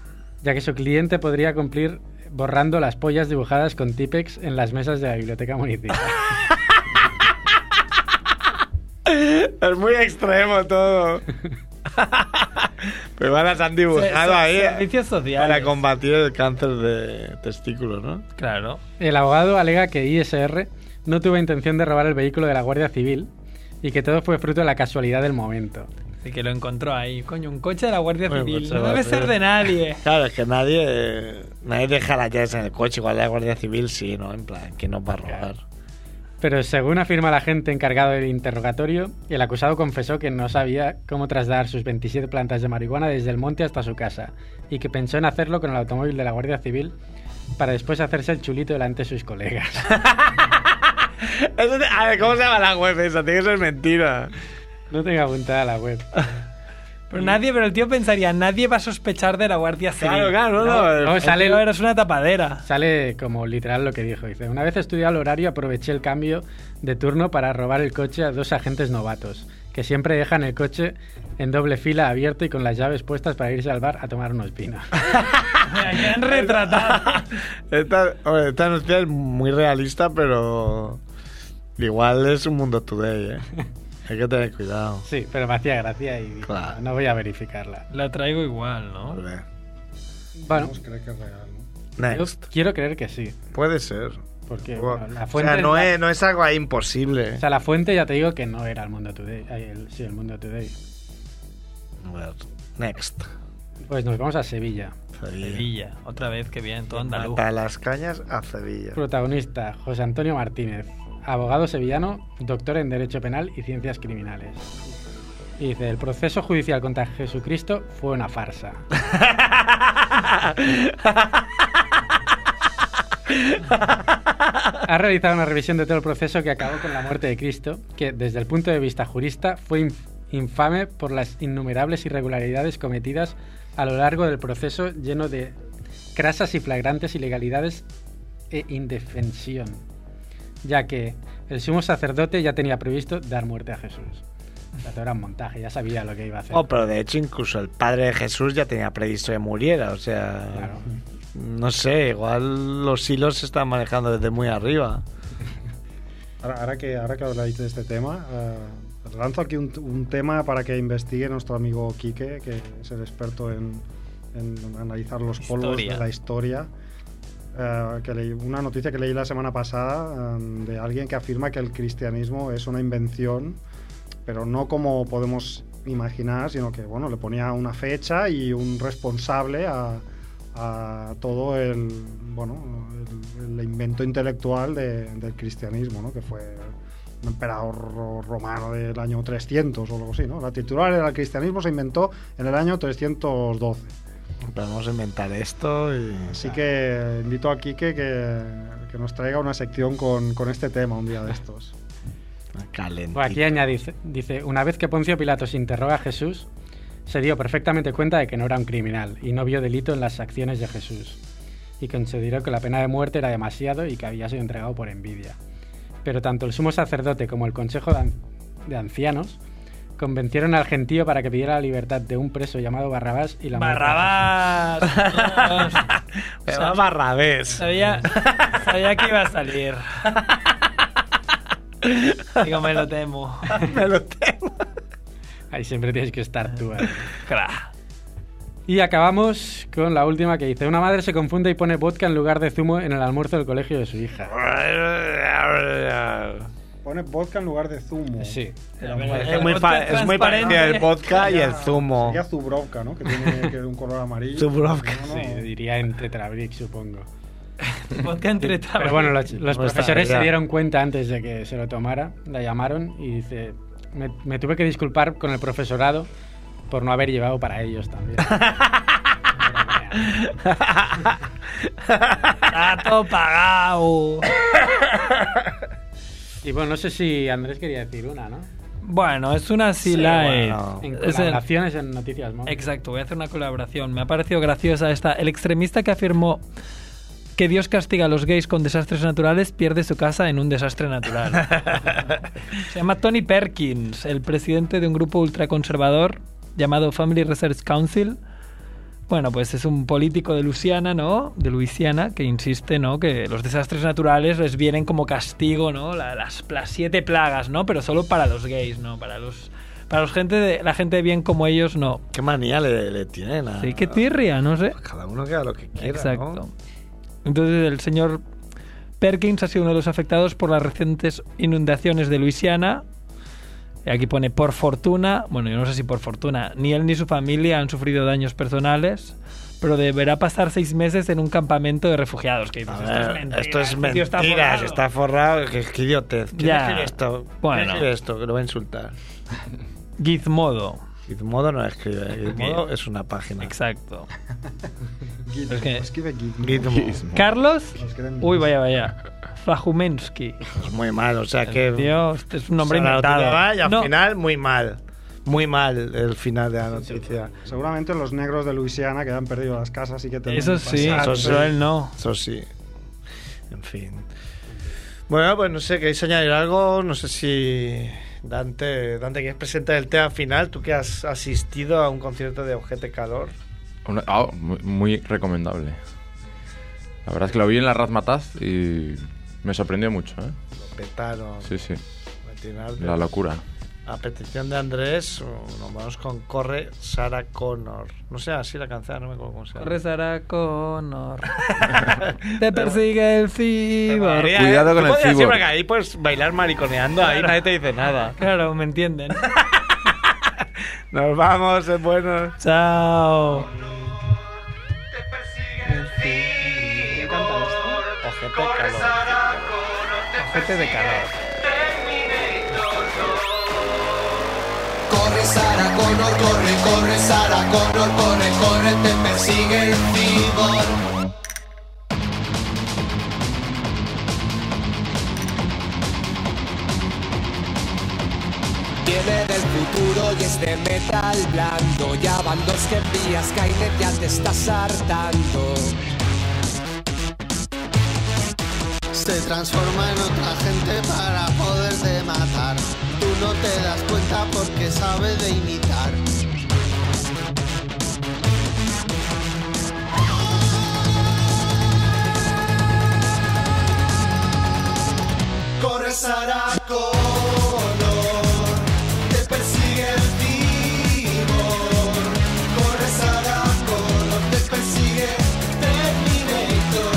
Speaker 4: ya que su cliente podría cumplir borrando las pollas dibujadas con Tipex en las mesas de la biblioteca municipal.
Speaker 1: Es muy extremo todo. pero ahora se han dibujado Pues ahí eh.
Speaker 2: Servicios
Speaker 1: para
Speaker 2: sociales.
Speaker 1: combatir el cáncer de testículos, ¿no?
Speaker 2: Claro.
Speaker 4: El abogado alega que ISR no tuvo intención de robar el vehículo de la Guardia Civil y que todo fue fruto de la casualidad del momento.
Speaker 2: Así que lo encontró ahí. Coño, un coche de la Guardia
Speaker 1: Bueno,
Speaker 2: Civil.
Speaker 1: coche
Speaker 2: No
Speaker 1: de la
Speaker 2: debe
Speaker 1: Guardia
Speaker 2: ser de nadie.
Speaker 1: Claro, es que nadie, eh, nadie deja las llaves en el coche, igual la Guardia Civil sí, ¿no? En plan, ¿quién nos va a robar?
Speaker 4: Pero según afirma la gente encargado del interrogatorio, el acusado confesó que no sabía cómo trasladar sus 27 plantas de marihuana desde el monte hasta su casa y que pensó en hacerlo con el automóvil de la Guardia Civil para después hacerse el chulito delante de sus colegas.
Speaker 1: Eso te- a ver, ¿cómo se llama la web esa? Tiene que ser mentira.
Speaker 4: No tengo apuntada la web.
Speaker 2: Pero nadie, pero el tío pensaría, nadie va a sospechar de la Guardia Civil.
Speaker 4: Mm. Claro, claro, no, no,
Speaker 2: no,
Speaker 4: el sale-
Speaker 2: tío eres una tapadera.
Speaker 4: Sale como literal lo que dijo. Dice, una vez estudiado el horario aproveché el cambio de turno para robar el coche a dos agentes novatos, que siempre dejan el coche en doble fila abierto y con las llaves puestas para irse al bar a tomar unos vinos.
Speaker 2: han retratado.
Speaker 1: Esta, hombre, esta noticia es muy realista, pero igual es un mundo today, ¿eh? Hay que tener cuidado.
Speaker 4: Sí, pero me hacía gracia y dije,
Speaker 1: Claro.
Speaker 4: no voy a verificarla.
Speaker 2: La traigo igual, ¿no?
Speaker 4: Bueno, yo
Speaker 1: Next.
Speaker 4: quiero creer que sí.
Speaker 1: Puede ser.
Speaker 4: Porque
Speaker 1: Bueno,
Speaker 4: bueno, la
Speaker 1: o
Speaker 4: fuente
Speaker 1: sea, no
Speaker 4: es la-
Speaker 1: es, no es algo ahí imposible.
Speaker 4: o sea, la fuente ya te digo que no era el Mundo Today. Ay, el- sí, el Mundo Today.
Speaker 1: Bueno, Next.
Speaker 4: Pues nos vamos a Sevilla.
Speaker 1: Sevilla.
Speaker 2: Sevilla, otra vez que bien, todo andaluz.
Speaker 1: Mata las cañas a Sevilla.
Speaker 4: Protagonista, José Antonio Martínez, abogado sevillano, doctor en Derecho Penal y Ciencias Criminales. Y dice, el proceso judicial contra Jesucristo fue una farsa. Ha realizado una revisión de todo el proceso que acabó con la muerte de Cristo, que desde el punto de vista jurista fue inf- infame por las innumerables irregularidades cometidas a lo largo del proceso lleno de crasas y flagrantes ilegalidades e indefensión, ya que el sumo sacerdote ya tenía previsto dar muerte a Jesús. O sea, todo era un montaje, ya sabía lo que iba a hacer.
Speaker 1: Oh, pero de hecho incluso el padre de Jesús ya tenía previsto que muriera, o sea,
Speaker 4: Claro.
Speaker 1: no sé, igual los hilos se están manejando desde muy arriba.
Speaker 3: Ahora, ahora que, ahora que habláis de este tema, eh, lanzo aquí un, un tema para que investigue nuestro amigo Quique, que es el experto en, en analizar los polvos
Speaker 2: Historia.
Speaker 3: de la historia. Eh, que leí- una noticia que leí la semana pasada eh, de alguien que afirma que el cristianismo es una invención, pero no como podemos imaginar, sino que bueno, le ponía una fecha y un responsable a, a todo el bueno el, el invento intelectual de- del cristianismo, ¿no? que fue un emperador ro- romano del año 300 o algo así. ¿no? La titular del cristianismo se inventó en el año 312.
Speaker 1: Podemos inventar esto y...
Speaker 3: Así que invito a Quique que, que nos traiga una sección con, con este tema un día de estos.
Speaker 1: Calentito.
Speaker 4: Bueno, Pues aquí añadice, dice, una vez que Poncio Pilatos interroga a Jesús, se dio perfectamente cuenta de que no era un criminal y no vio delito en las acciones de Jesús, y consideró que la pena de muerte era demasiado y que había sido entregado por envidia. Pero tanto el sumo sacerdote como el consejo de, an- de ancianos convencieron al gentío para que pidiera la libertad de un preso llamado Barrabás y la muerte de
Speaker 2: Barrabás.
Speaker 1: Se va Barrabés.
Speaker 2: sabía, sabía que iba a salir. Digo, me lo temo.
Speaker 1: Me lo tengo.
Speaker 4: Jesús. Ahí siempre tienes que estar tú. ahí.
Speaker 2: Cra.
Speaker 4: Y acabamos con la última que dice, una madre se confunde y pone vodka en lugar de zumo en el almuerzo del colegio de su hija.
Speaker 3: Pone vodka en lugar de zumo.
Speaker 4: Sí.
Speaker 1: Es muy, fa- es muy parecido el vodka y el zumo.
Speaker 3: Sería Zubrovka, ¿no? Que tiene que de un color amarillo.
Speaker 1: Zubrovka.
Speaker 3: No, no.
Speaker 4: Sí, diría en Tetrabric, supongo.
Speaker 2: Vodka entre
Speaker 4: Pero bueno, los, los
Speaker 1: No
Speaker 2: Pues
Speaker 4: profesores
Speaker 1: estaría.
Speaker 4: se dieron cuenta antes de que se lo tomara, la llamaron y dice, me, me tuve que disculpar con el profesorado por no haber llevado para ellos también.
Speaker 2: Está todo pagado.
Speaker 4: y bueno, no sé si Andrés quería decir una, ¿no?
Speaker 2: Bueno, es una así light.
Speaker 1: bueno.
Speaker 4: En
Speaker 2: Es el-
Speaker 4: colaboraciones en Noticias Móvil.
Speaker 2: Exacto, voy a hacer una colaboración. Me ha parecido graciosa esta. El extremista que afirmó que Dios castiga a los gays con desastres naturales pierde su casa en un desastre natural. Se llama Tony Perkins, el presidente de un grupo ultraconservador llamado Family Research Council. Bueno, pues es un político de Luisiana, ¿no? De Luisiana, que insiste, ¿no? Que los desastres naturales les vienen como castigo, ¿no? La- Las, las siete plagas, ¿no? Pero solo para los gays, ¿no? Para los para los gente de, la gente de bien como ellos, no.
Speaker 1: Qué manía le, le tienen a...
Speaker 2: Sí, qué tirria, no sé.
Speaker 1: Cada uno queda lo que quiera,
Speaker 2: Exacto.
Speaker 1: ¿no?
Speaker 2: Entonces el señor Perkins ha sido uno de los afectados por las recientes inundaciones de Luisiana. Y Aquí pone, por fortuna, bueno, yo no sé si por fortuna, ni él ni su familia han sufrido daños personales, pero deberá pasar seis meses en un campamento de refugiados. Que dices, esto es
Speaker 1: A ver,
Speaker 2: mentira.
Speaker 1: Ah, esto es
Speaker 2: este tío está
Speaker 1: mentiras,
Speaker 2: forrado".
Speaker 1: está forrado. Qué, qué idiotez. ¿Qué
Speaker 2: Ya.
Speaker 1: decir esto? ¿Qué
Speaker 2: Bueno.
Speaker 1: decir esto? Que lo voy a insultar.
Speaker 2: Gizmodo,
Speaker 1: Ah. Gizmodo no escribe. Gizmodo es una página.
Speaker 2: exacto.
Speaker 3: Git-
Speaker 2: Es que-
Speaker 3: Escribe Git.
Speaker 1: Gizmo.
Speaker 2: Carlos,
Speaker 3: Nos quedan
Speaker 2: uy,
Speaker 3: dos.
Speaker 2: vaya, vaya. Flajumensky.
Speaker 1: Es muy mal, o sea que...
Speaker 2: Tío, este es un nombre
Speaker 1: o sea, la
Speaker 2: inventado.
Speaker 1: noticia va Y al
Speaker 2: No,
Speaker 1: final, muy mal. muy mal el final de la noticia.
Speaker 3: Seguramente los negros de Luisiana que han perdido las casas y que tendrán
Speaker 2: Eso
Speaker 3: que
Speaker 2: sí,
Speaker 3: pasar,
Speaker 2: eso
Speaker 3: sí.
Speaker 2: Israel no.
Speaker 1: Eso sí. En fin. Bueno, pues no sé, ¿queréis añadir algo? No sé si Dante, Dante quieres presentar el tema final, tú que has asistido a un concierto de Ojete Calor.
Speaker 6: Una- ah, muy, muy recomendable. La verdad es que lo vi en la Razmataz y me sorprendió mucho, ¿eh?
Speaker 1: Petaron.
Speaker 6: Sí, sí.
Speaker 1: Martín Alves.
Speaker 6: La locura.
Speaker 1: A petición de Andrés, nos vamos con Corre Sara Connor. No sé, así la canción, no me acuerdo cómo se llama.
Speaker 2: Rezará Connor. Te persigue el cibor.
Speaker 1: María, ¿eh? Tú podías ir para acá, Ahí puedes bailar mariconeando, ahí nadie te dice nada.
Speaker 2: Claro, me entienden.
Speaker 1: Nos vamos, es bueno.
Speaker 2: Chao.
Speaker 1: Ojete calor. Ojete de calor.
Speaker 11: Corre Sara Connor, corre, corre Sara Connor, corre, corre, te persigue el fútbol. Viene del futuro y es de metal blando. Ya van dos que días, Skynet ya te estás hartando.
Speaker 12: Se transforma en otra gente para poderte matar. Tú no te das cuenta porque sabes de imitar.
Speaker 11: Corre Sara Connor, te persigue el timón. Corre Sara Connor, te persigue Terminator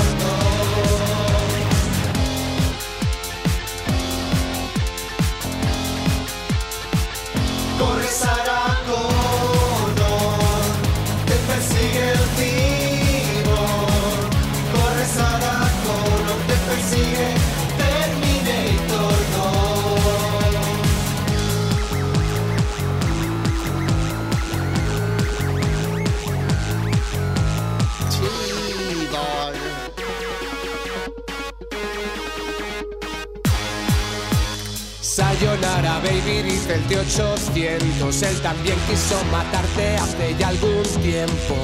Speaker 11: 2. Corre Sara Connor, te persigue el timón. Corre Sara Connor, te persigue Terminator 2.
Speaker 12: Chivol.
Speaker 11: Sayonara Baby dice el T800 Él también quiso matarte hace ya algún tiempo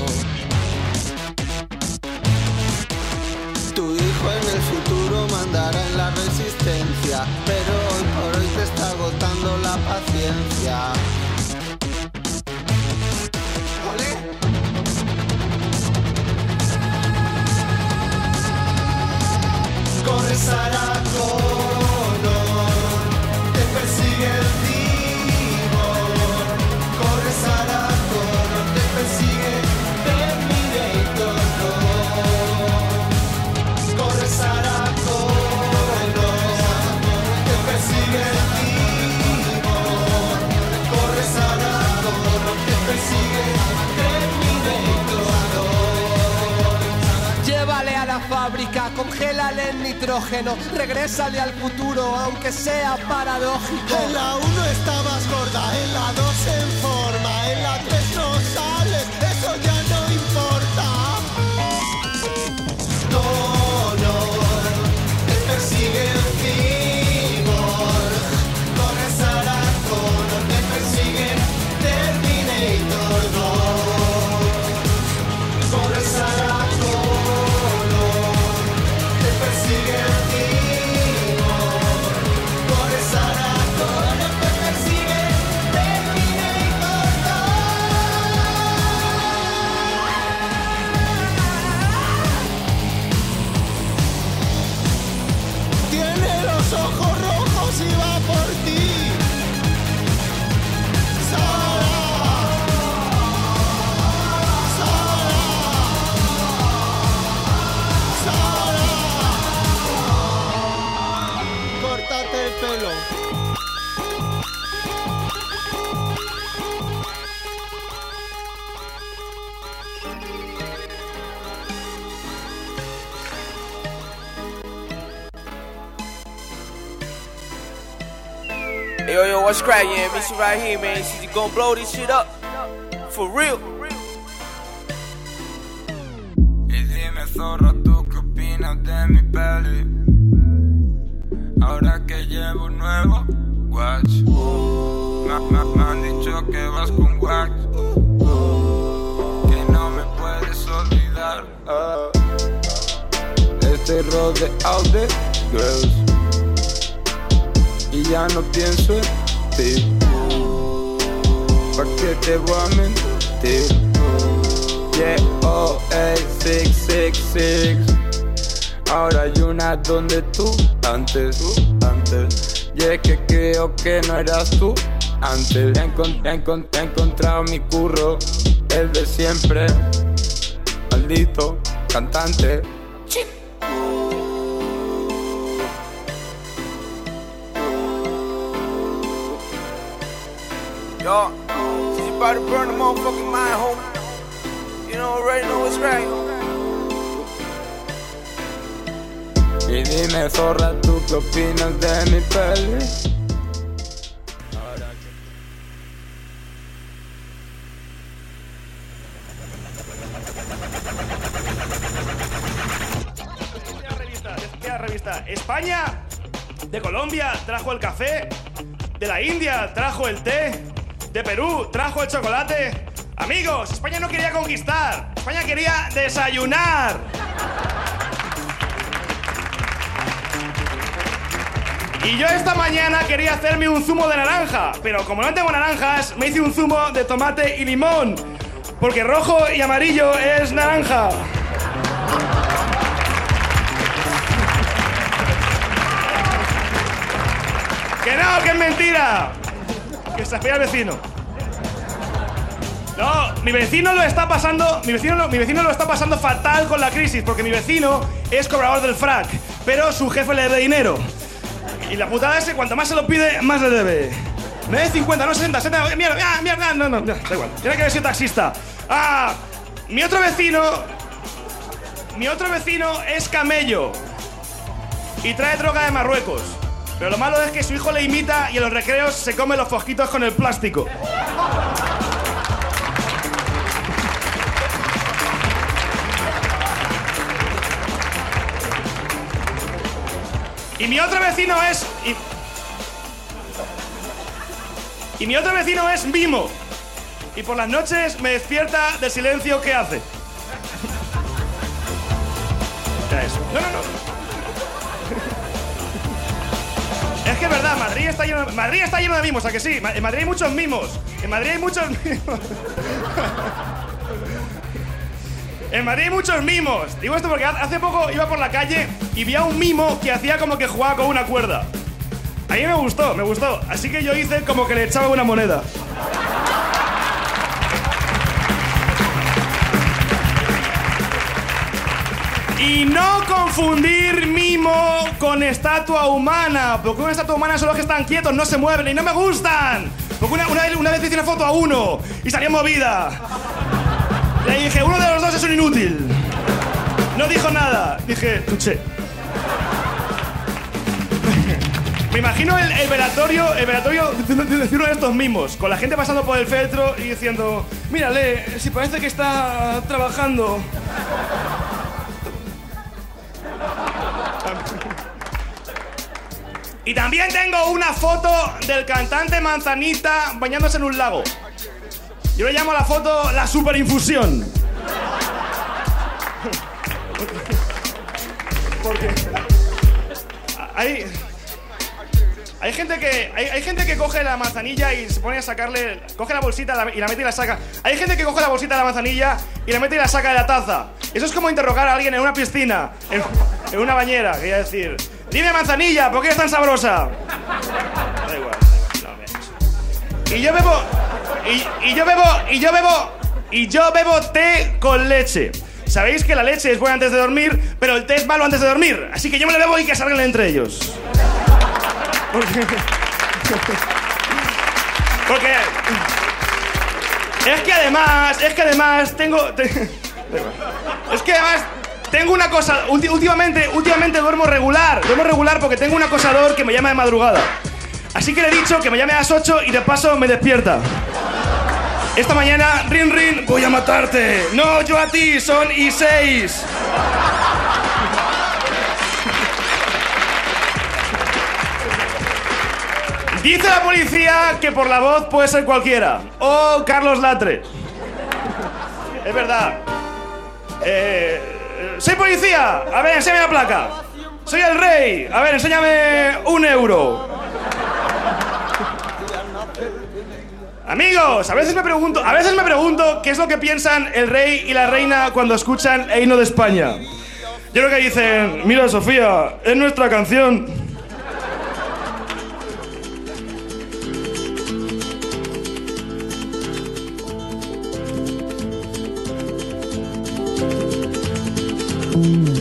Speaker 12: Tu hijo en el futuro mandará en la resistencia, pero hoy por hoy te está agotando la paciencia.
Speaker 11: Corre Sarah Connor Te persigue el timón Corre Sarah Connor Te persigue Terminator 2 Corre Sarah Connor Te persigue el timón Corre Sarah Connor Te persigue Terminator 2 Llévale a la fábrica, congélale el nitrógeno, regrésale al futuro, aunque sea paradójico.
Speaker 12: En la 1 estabas gorda, en la 2 en forma, en la 3 no sales, eso ya no importa.
Speaker 11: Connor, te persigue el Cibor. Corre Sarah Connor, te persigue Terminator 2. Corre Sarah Connor, te persigue el Cibor. Corre Sarah Connor, te persigue Terminator
Speaker 12: 2. Tiene los ojos rojos y va por ti. Córtate el pelo.
Speaker 13: Yo, yo, what's crack? Yeah, meet you right here, man. She's gonna blow this shit up. For real.
Speaker 14: Y dime zorra, ¿tú qué opinas de mi peli? Ahora que llevo un nuevo watch Me me, me han dicho que vas con Wax. Que no me puedes olvidar. ah. Este
Speaker 15: Estoy rodeado de girls Y ya no pienso en ti ¿Pa' qué te voy a mentir? Yeah, oh, hey, six, six, six Ahora hay una donde tú antes, antes Y es que creo que no eras tú antes Encon- encon- He encontrado mi curro, el de siempre Maldito cantante
Speaker 13: Yo, she's about to burn the motherfucking mind, homie. You know, already know what's right.
Speaker 15: Y dime, zorra, ¿tú qué opinas de mi peli?
Speaker 16: revista, tercera revista. España de Colombia trajo el café, de la India trajo el té, de Perú trajo el chocolate. Amigos, España no quería conquistar, España quería desayunar. Y yo esta mañana quería hacerme un zumo de naranja, pero como no tengo naranjas, me hice un zumo de tomate y limón, porque rojo y amarillo es naranja. ¡Que no, que es mentira! Que se espía el vecino. No, mi vecino lo está pasando, mi vecino, lo- mi vecino lo está pasando fatal con la crisis, porque mi vecino es cobrador del frac, pero su jefe le debe dinero. Y la putada es que cuanto más se lo pide, más le debe. Me dé 50, no 60, 70, mierda, ah, mierda, no, no, ya, da igual. Tiene que haber sido taxista. Ah, mi otro vecino, mi otro vecino es camello y trae droga de Marruecos. Pero lo malo es que su hijo le imita y en los recreos se come los fosquitos con el plástico. Y mi otro vecino es... y- y mi otro vecino es Mimo. Y por las noches me despierta del silencio que hace. Ya eso. No, no, no. Es que es verdad, Madrid está lleno de, Madrid está lleno de mimos, ¿a que sí? Ma- En Madrid hay muchos mimos. En Madrid hay muchos mimos. En Madrid hay muchos mimos. Digo esto porque ha- hace poco iba por la calle y vi a un mimo que hacía como que jugaba con una cuerda. A mí me gustó, me gustó. Así que yo hice como que le echaba una moneda. Y no confundir mimo con estatua humana, porque una estatua humana son los que están quietos, no se mueven y no me gustan. Porque una, una vez- una vez le hice una foto a uno y salió movida. Le dije, uno de los dos es un inútil. No dijo nada. Dije, tuché. Me imagino el, el velatorio, el velatorio de- de de uno de estos mimos, con la gente pasando por el feltro y diciendo, mírale, si parece que está trabajando. Y también tengo una foto del cantante Manzanita bañándose en un lago. Yo le llamo a la foto la superinfusión. Porque hay, hay gente que hay, hay gente que coge la manzanilla y se pone a sacarle coge la bolsita la- y la mete y la saca. Hay gente que coge la bolsita de la manzanilla y la mete y la saca de la taza. Eso es como interrogar a alguien en una piscina, en, en una bañera, quería decir. Dime manzanilla, ¿por qué es tan sabrosa? Da igual. Y yo bebo. Y, y yo bebo. Y yo bebo. Y yo bebo té con leche. Sabéis que la leche es buena antes de dormir, pero el té es malo antes de dormir. Así que yo me lo bebo y que salgan entre ellos. Porque. Porque. Es que además. Es que además tengo. te- es que además tengo una cosa. ulti- Últimamente, últimamente duermo regular. Duermo regular porque tengo un acosador que me llama de madrugada. Así que le he dicho que me llame a las 8 y de paso me despierta. Esta mañana, rin rin, voy a matarte. No, yo a ti, son y 6. Dice la policía que por la voz puede ser cualquiera. O Carlos Latre. Es verdad. Eh, eh, soy policía. A ver, enséñame la placa. Soy el rey. A ver, enséñame un euro. Amigos, a veces me pregunto, a veces me pregunto qué es lo que piensan el rey y la reina cuando escuchan el himno de España. Yo creo que dicen, mira Sofía, es nuestra canción.
Speaker 5: Mm.